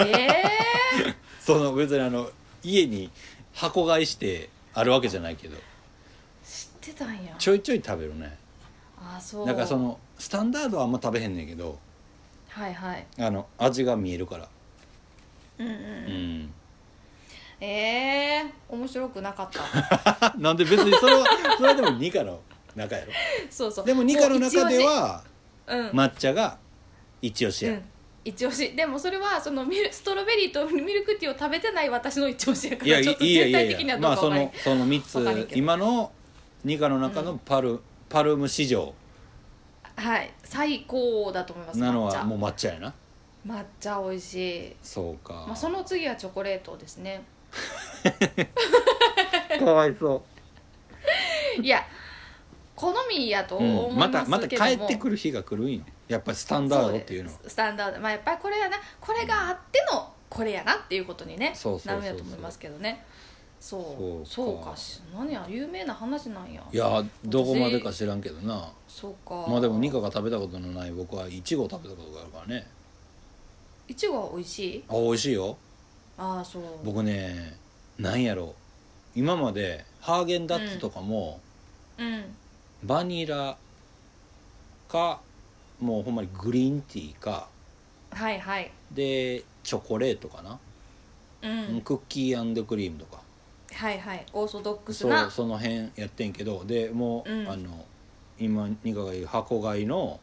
Speaker 2: えー、
Speaker 1: その別にあの家に箱買いしてあるわけじゃないけど
Speaker 2: 知ってたんや
Speaker 1: ちょいちょい食べるね
Speaker 2: あそう
Speaker 1: だからそのスタンダードはあんま食べへんねんけど
Speaker 2: はいはい
Speaker 1: あの味が見えるから
Speaker 2: うんうんう
Speaker 1: うんん *laughs*
Speaker 2: えー、面白くなかった *laughs*
Speaker 1: なんで別にそれは *laughs* それはでもニカの中やろ
Speaker 2: そうそう
Speaker 1: でもニカの中では
Speaker 2: もう一押しうん、
Speaker 1: 抹茶が一押し
Speaker 2: う
Speaker 1: や、
Speaker 2: ん一押しでもそれはそのミルストロベリーとミルクティーを食べてない私の一押しやか
Speaker 1: いや
Speaker 2: ら
Speaker 1: い
Speaker 2: *laughs* ちょっと
Speaker 1: いや
Speaker 2: 全
Speaker 1: いや
Speaker 2: 体的
Speaker 1: い
Speaker 2: には
Speaker 1: や
Speaker 2: ど
Speaker 1: ま
Speaker 2: う
Speaker 1: あ
Speaker 2: か
Speaker 1: そ
Speaker 2: わかんない
Speaker 1: のその3
Speaker 2: わかんないけ
Speaker 1: つ
Speaker 2: ど
Speaker 1: 今のニカの中のパル、パルム市場
Speaker 2: はい最高だと思います
Speaker 1: なの
Speaker 2: 抹
Speaker 1: は
Speaker 2: 茶
Speaker 1: もう抹茶やな
Speaker 2: 抹茶美味しい
Speaker 1: そうか、
Speaker 2: まあ、その次はチョコレートですね *laughs*
Speaker 1: かわいそ
Speaker 2: いや好みやと
Speaker 1: う、
Speaker 2: 思
Speaker 1: う
Speaker 2: い
Speaker 1: ん、
Speaker 2: ま
Speaker 1: ますたまた
Speaker 2: けども、
Speaker 1: 帰ってくる日が来るんよやっぱりスタンダードっていうのは
Speaker 2: そですスタンダードまあやっぱりこれやなこれがあってのこれやなっていうことにね
Speaker 1: そうそうそうそう
Speaker 2: なるんやと思いますけどねそうそ
Speaker 1: そうう
Speaker 2: か
Speaker 1: か
Speaker 2: し何や有名な話なんや
Speaker 1: いやどこまでか知らんけどな
Speaker 2: そうか
Speaker 1: まあでもニカが食べたことのない僕はいちご食べたことがあるからね
Speaker 2: いちごは美味しい
Speaker 1: あ美味しいよ
Speaker 2: ああそう
Speaker 1: 僕ねなんやろう今までハーゲンダッツとかも、
Speaker 2: うん
Speaker 1: バニラかもうほんまにグリーンティーか
Speaker 2: はいはい
Speaker 1: でチョコレートかな、
Speaker 2: うん
Speaker 1: クッキークリームとか
Speaker 2: はいはいオーソドックス
Speaker 1: そう
Speaker 2: な
Speaker 1: その辺やってんけどでもう、
Speaker 2: うん
Speaker 1: あの今ニカが言う箱買いの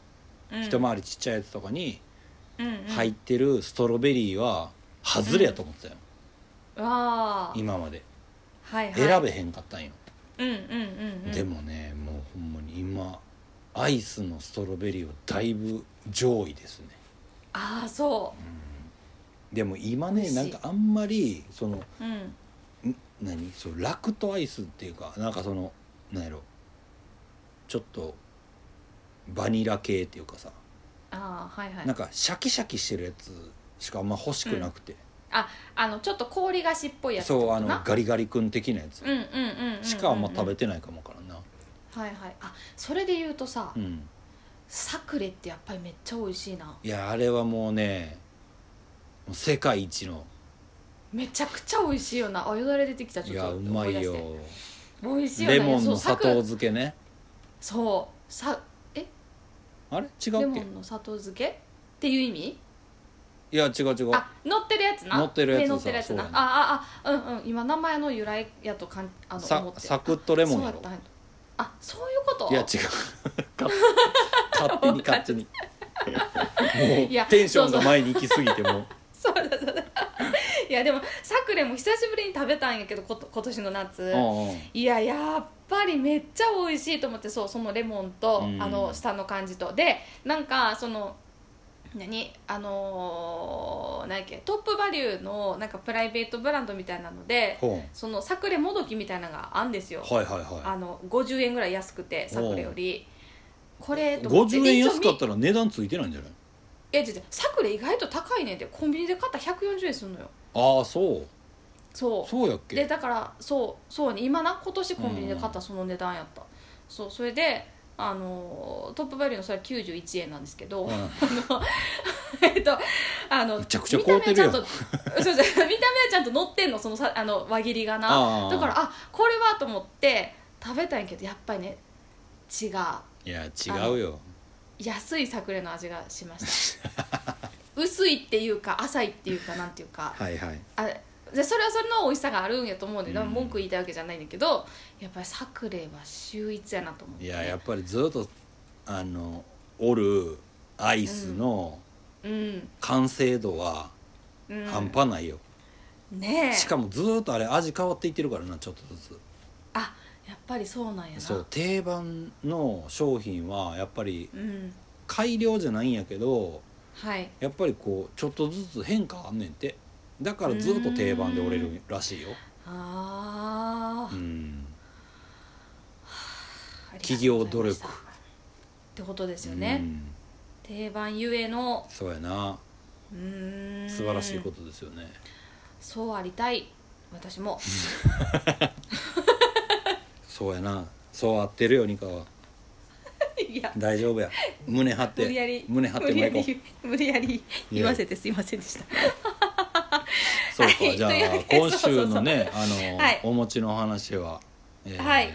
Speaker 2: うん
Speaker 1: 一回りちっちゃいやつとかに
Speaker 2: うんうん
Speaker 1: 入ってるストロベリーは外れやと思ってたよ、
Speaker 2: わあ
Speaker 1: 今まで
Speaker 2: はいはい
Speaker 1: 選べへんかったんよ、
Speaker 2: うんうんうんうん
Speaker 1: でもねもうほんまに今アイスのストロベリーはだいぶ上位ですね
Speaker 2: ああそ
Speaker 1: でも今
Speaker 2: 美
Speaker 1: ね
Speaker 2: 味しい
Speaker 1: なんかあんまりその
Speaker 2: ううん
Speaker 1: ん何そうラクトアイスっていうかなんかそのなんやろちょっとバニラ系っていうかさ
Speaker 2: ああはいはい
Speaker 1: なんかシャキシャキしてるやつしかあんま欲しくなくて、
Speaker 2: ああのちょっと氷菓子っぽいやつって
Speaker 1: そう
Speaker 2: こ
Speaker 1: あ
Speaker 2: と
Speaker 1: の
Speaker 2: な
Speaker 1: ガリガリ君的なやつ
Speaker 2: うんうんうんうんうん
Speaker 1: しかあんま食べ
Speaker 2: て
Speaker 1: てないかもわからな
Speaker 2: はいはいあそれで言うとさ、
Speaker 1: うん、
Speaker 2: サクレってやっぱりめっちゃ美味しいない
Speaker 1: やあれはもうねもう世界一の
Speaker 2: めちゃくちゃ美味しいよなあよだれ出てきたち
Speaker 1: い
Speaker 2: ょっ
Speaker 1: や
Speaker 2: と
Speaker 1: うまいよ
Speaker 2: 思出して美味しいよね
Speaker 1: レモンの砂糖
Speaker 2: そうサク
Speaker 1: 漬けね
Speaker 2: そうさえ
Speaker 1: あれ違
Speaker 2: レ
Speaker 1: うっ
Speaker 2: モ
Speaker 1: け
Speaker 2: ンの砂糖漬けっていう意味
Speaker 1: いや違う違う
Speaker 2: あ乗ってるやつな
Speaker 1: 乗ってるやつ
Speaker 2: ね乗ってるやつ
Speaker 1: そ
Speaker 2: な
Speaker 1: うやね
Speaker 2: あああうんうん今名前の由来やとかんあの思
Speaker 1: さ
Speaker 2: って
Speaker 1: サクッとレモン
Speaker 2: そう
Speaker 1: や
Speaker 2: や
Speaker 1: ろ *laughs*
Speaker 2: ったんやあそういうこと
Speaker 1: いや違う勝手に勝手にもう
Speaker 2: いや
Speaker 1: テンション
Speaker 2: そう
Speaker 1: が
Speaker 2: そ
Speaker 1: 前に行き過ぎても
Speaker 2: *laughs* そうだそうだいやでもサクレも久しぶりに食べたんやけどこと今年の夏、
Speaker 1: うんうん
Speaker 2: いややっぱりめっちゃ美味しいと思ってそうそのレモンと、
Speaker 1: うん
Speaker 2: あの下の感じとでなんかその何あのー、何やっけトップバリューのなんかプライベートブランドみたいなので
Speaker 1: ほん
Speaker 2: そのサクレもどきみたいなのがあんですよ、
Speaker 1: はいはいは
Speaker 2: あの50円ぐらい安くてサクレよりこれ
Speaker 1: い
Speaker 2: と思って
Speaker 1: 50円
Speaker 2: 一応
Speaker 1: 安かっ
Speaker 2: み
Speaker 1: たら値段ついてないんじゃない
Speaker 2: いや違う違うサクレ意外と高いねんでコンビニで買ったら140円するのよ
Speaker 1: ああそう
Speaker 2: そう
Speaker 1: そうやっ
Speaker 2: で
Speaker 1: け
Speaker 2: だからそうそうね今な今年コンビニで買ったその値段やった、そうそれであのートップバリューのそれは91円なんですけ *laughs* ど、
Speaker 1: うん
Speaker 2: えっとあの
Speaker 1: むちゃくちゃ買うてるやん
Speaker 2: 見た目はちゃんと *laughs* そうそう見た目はちゃんと乗ってんのそのさあの輪切りがな
Speaker 1: ああ
Speaker 2: だからあこれはと思って食べたんやけどやっぱりね違う
Speaker 1: いや違うよ
Speaker 2: 安いサクレの味がしました
Speaker 1: *laughs*
Speaker 2: 薄いっていうか浅いっていうかなんていうか
Speaker 1: はいはい
Speaker 2: あでそれはそれの美味しさがあるんやと思うんで、
Speaker 1: うん
Speaker 2: 文句言いたいわけじゃないんだけどやっぱりサクレは秀逸やなと思って
Speaker 1: い
Speaker 2: ね、
Speaker 1: ややっぱりずっとあのおるアイスの
Speaker 2: うん、
Speaker 1: 完成度は
Speaker 2: うん、
Speaker 1: 半端ないよ、
Speaker 2: ねえ
Speaker 1: しかもずっとあれ味変わっていってるからなちょっとず
Speaker 2: あやっぱりそうなんやな
Speaker 1: つそう定番の商品はやっぱり
Speaker 2: うん
Speaker 1: 改良じゃないんやけど
Speaker 2: はい
Speaker 1: やっぱりこうちょっとずつ変化あんねんてだからずっと定番で折れるらしいよ
Speaker 2: あ
Speaker 1: う
Speaker 2: ー
Speaker 1: ん
Speaker 2: ありがとうございました
Speaker 1: 企業努力
Speaker 2: ってことですよ
Speaker 1: う
Speaker 2: ね、
Speaker 1: ん
Speaker 2: 定番ゆえの
Speaker 1: そうやな
Speaker 2: うーん
Speaker 1: 素晴らしいことですよね、
Speaker 2: そうありたい私も
Speaker 1: そうやなそう合ってるよニカはい
Speaker 2: *laughs* や
Speaker 1: 大丈夫や胸張っ
Speaker 2: 無理や
Speaker 1: て
Speaker 2: り
Speaker 1: 胸張って
Speaker 2: 無理や
Speaker 1: もう行こ
Speaker 2: り無理やり言わせてすいませんでした
Speaker 1: うそうか、
Speaker 2: はい
Speaker 1: じゃあ
Speaker 2: というわけで
Speaker 1: 今週のねあの、
Speaker 2: はい
Speaker 1: お餅の話は、えー
Speaker 2: はい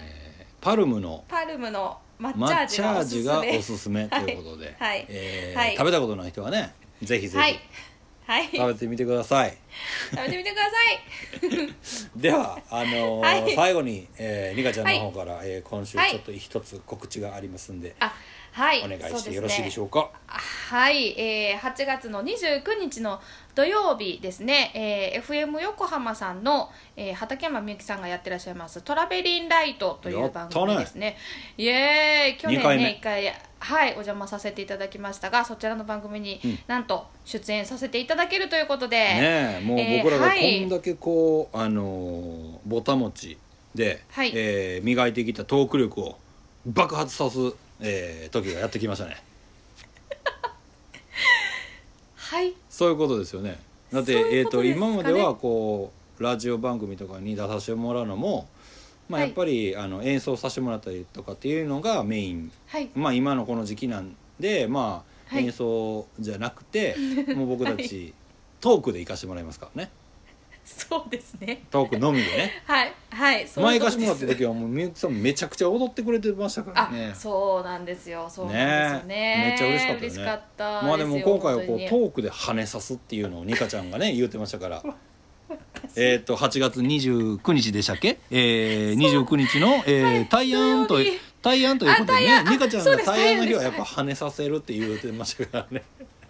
Speaker 1: パルムの
Speaker 2: パルムの抹茶
Speaker 1: 抹
Speaker 2: 味
Speaker 1: 茶
Speaker 2: がお
Speaker 1: 味
Speaker 2: すす
Speaker 1: が
Speaker 2: め
Speaker 1: おすすめということで、
Speaker 2: はいはい
Speaker 1: えー
Speaker 2: はい
Speaker 1: 食べたことない人はねぜひぜ
Speaker 2: はい
Speaker 1: ひ
Speaker 2: はい
Speaker 1: 食べてみてください、
Speaker 2: 食べてみてくださ
Speaker 1: ではあのー
Speaker 2: *laughs* はい
Speaker 1: 最後に、えー、ニカちゃんの方から、えー今週
Speaker 2: はい
Speaker 1: ちょっと一つ告知がありますんで、
Speaker 2: いあはい
Speaker 1: お願い
Speaker 2: そう
Speaker 1: して
Speaker 2: す
Speaker 1: よろしいでし
Speaker 2: ね
Speaker 1: ょうか
Speaker 2: はい、えー、8月の29日の土曜日ですね、えー、FM 横浜さんの、えー、畠山みゆきさんがやってらっしゃいます「トラベリンライト」とい
Speaker 1: や
Speaker 2: う
Speaker 1: ったね
Speaker 2: 番組ですねイエーイ去年
Speaker 1: 二回目
Speaker 2: ね一回はいお邪魔させていただきましたがそちらの番組に、
Speaker 1: うん
Speaker 2: なんと出演させていただけるということで、
Speaker 1: ねえもう
Speaker 2: えー
Speaker 1: 僕らがこ
Speaker 2: はい
Speaker 1: んだけこう、あのーぼたもちで、
Speaker 2: はい
Speaker 1: えー磨いてきたトーク力を爆発さす、えー時がやってきましたね
Speaker 2: はい
Speaker 1: そういうことですよねだって
Speaker 2: そうい
Speaker 1: えー、
Speaker 2: うこと
Speaker 1: と
Speaker 2: ですかね
Speaker 1: 今まではこうラジオ番組とかに出させてもらうのも、まあ、
Speaker 2: は
Speaker 1: や
Speaker 2: い
Speaker 1: っぱり、あの演奏させてもらったりとかっていうのがメイン
Speaker 2: はい
Speaker 1: まあ今のこの時期なんでまあ
Speaker 2: はい
Speaker 1: 演奏じゃなく
Speaker 2: *laughs*
Speaker 1: て、もう僕たち、トークで行かせてもらいますからね
Speaker 2: そうですね
Speaker 1: トークのみでね
Speaker 2: はいはい *laughs* そうい
Speaker 1: 前
Speaker 2: うこ
Speaker 1: 貸
Speaker 2: と
Speaker 1: し
Speaker 2: で
Speaker 1: も
Speaker 2: す
Speaker 1: らった時はもうみゆきさんめちゃくちゃ踊ってくれてましたから
Speaker 2: あ、
Speaker 1: ね
Speaker 2: そうなんですよ。そうなんですよね。
Speaker 1: ねめっちゃ嬉しかったよね
Speaker 2: 嬉しかったすよ
Speaker 1: まあでも今回はこう
Speaker 2: 本
Speaker 1: ト
Speaker 2: 当に
Speaker 1: ークで跳ねさすっていうのをニカちゃんが
Speaker 2: *laughs*
Speaker 1: ね言うてましたからえーっと8月29日でしたっけ、えー、29日の、えー、対案と
Speaker 2: 土曜日
Speaker 1: 対案ということで
Speaker 2: あ対
Speaker 1: ね
Speaker 2: 案あ
Speaker 1: ニカちゃん
Speaker 2: そう
Speaker 1: が
Speaker 2: です
Speaker 1: 対案の日は
Speaker 2: 対
Speaker 1: やっ
Speaker 2: 案です
Speaker 1: ぱ跳ねさせるって言うてましたからね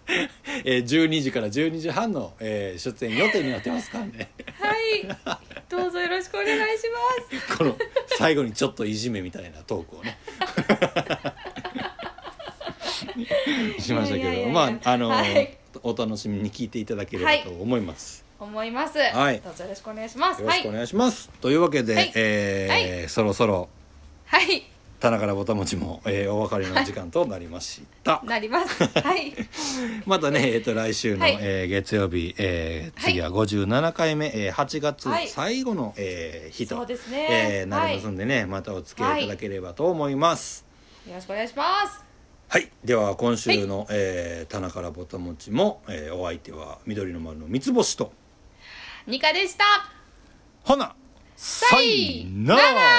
Speaker 1: *laughs* えー、12時から12時半の、えー、出演予定になってますからね
Speaker 2: はい、どうぞよろしくお願いしま
Speaker 1: *laughs*
Speaker 2: す。
Speaker 1: この最後にちょっといじめみたいなトークをね
Speaker 2: *laughs*
Speaker 1: しましたけど
Speaker 2: いやいやいや
Speaker 1: まああの、
Speaker 2: はい
Speaker 1: お楽しみに聞いていただければと思います、
Speaker 2: 思います。
Speaker 1: はい
Speaker 2: どうぞよろしくお願いします。
Speaker 1: よろ
Speaker 2: は
Speaker 1: しくお
Speaker 2: い、
Speaker 1: 願いします、というわけで、
Speaker 2: はい
Speaker 1: えーそろそろ
Speaker 2: はい、
Speaker 1: 棚からぼたもちも、えーお別れの時間となりました、
Speaker 2: な
Speaker 1: *laughs*
Speaker 2: ります。はい、
Speaker 1: またね、えー、と来週の、
Speaker 2: はい
Speaker 1: えー月曜日、えー次は57回目、えー8月
Speaker 2: はい
Speaker 1: 最後の、えー日と、
Speaker 2: そうですね
Speaker 1: えーなりますんでね、またお付き合いいただければと思います、
Speaker 2: よろしくお願いします。
Speaker 1: はい、では今週の、えー棚からぼたもちも、えーお相手は緑の丸の三つ星と
Speaker 2: ニカでした。
Speaker 1: ほな
Speaker 2: さいなら
Speaker 1: さいなら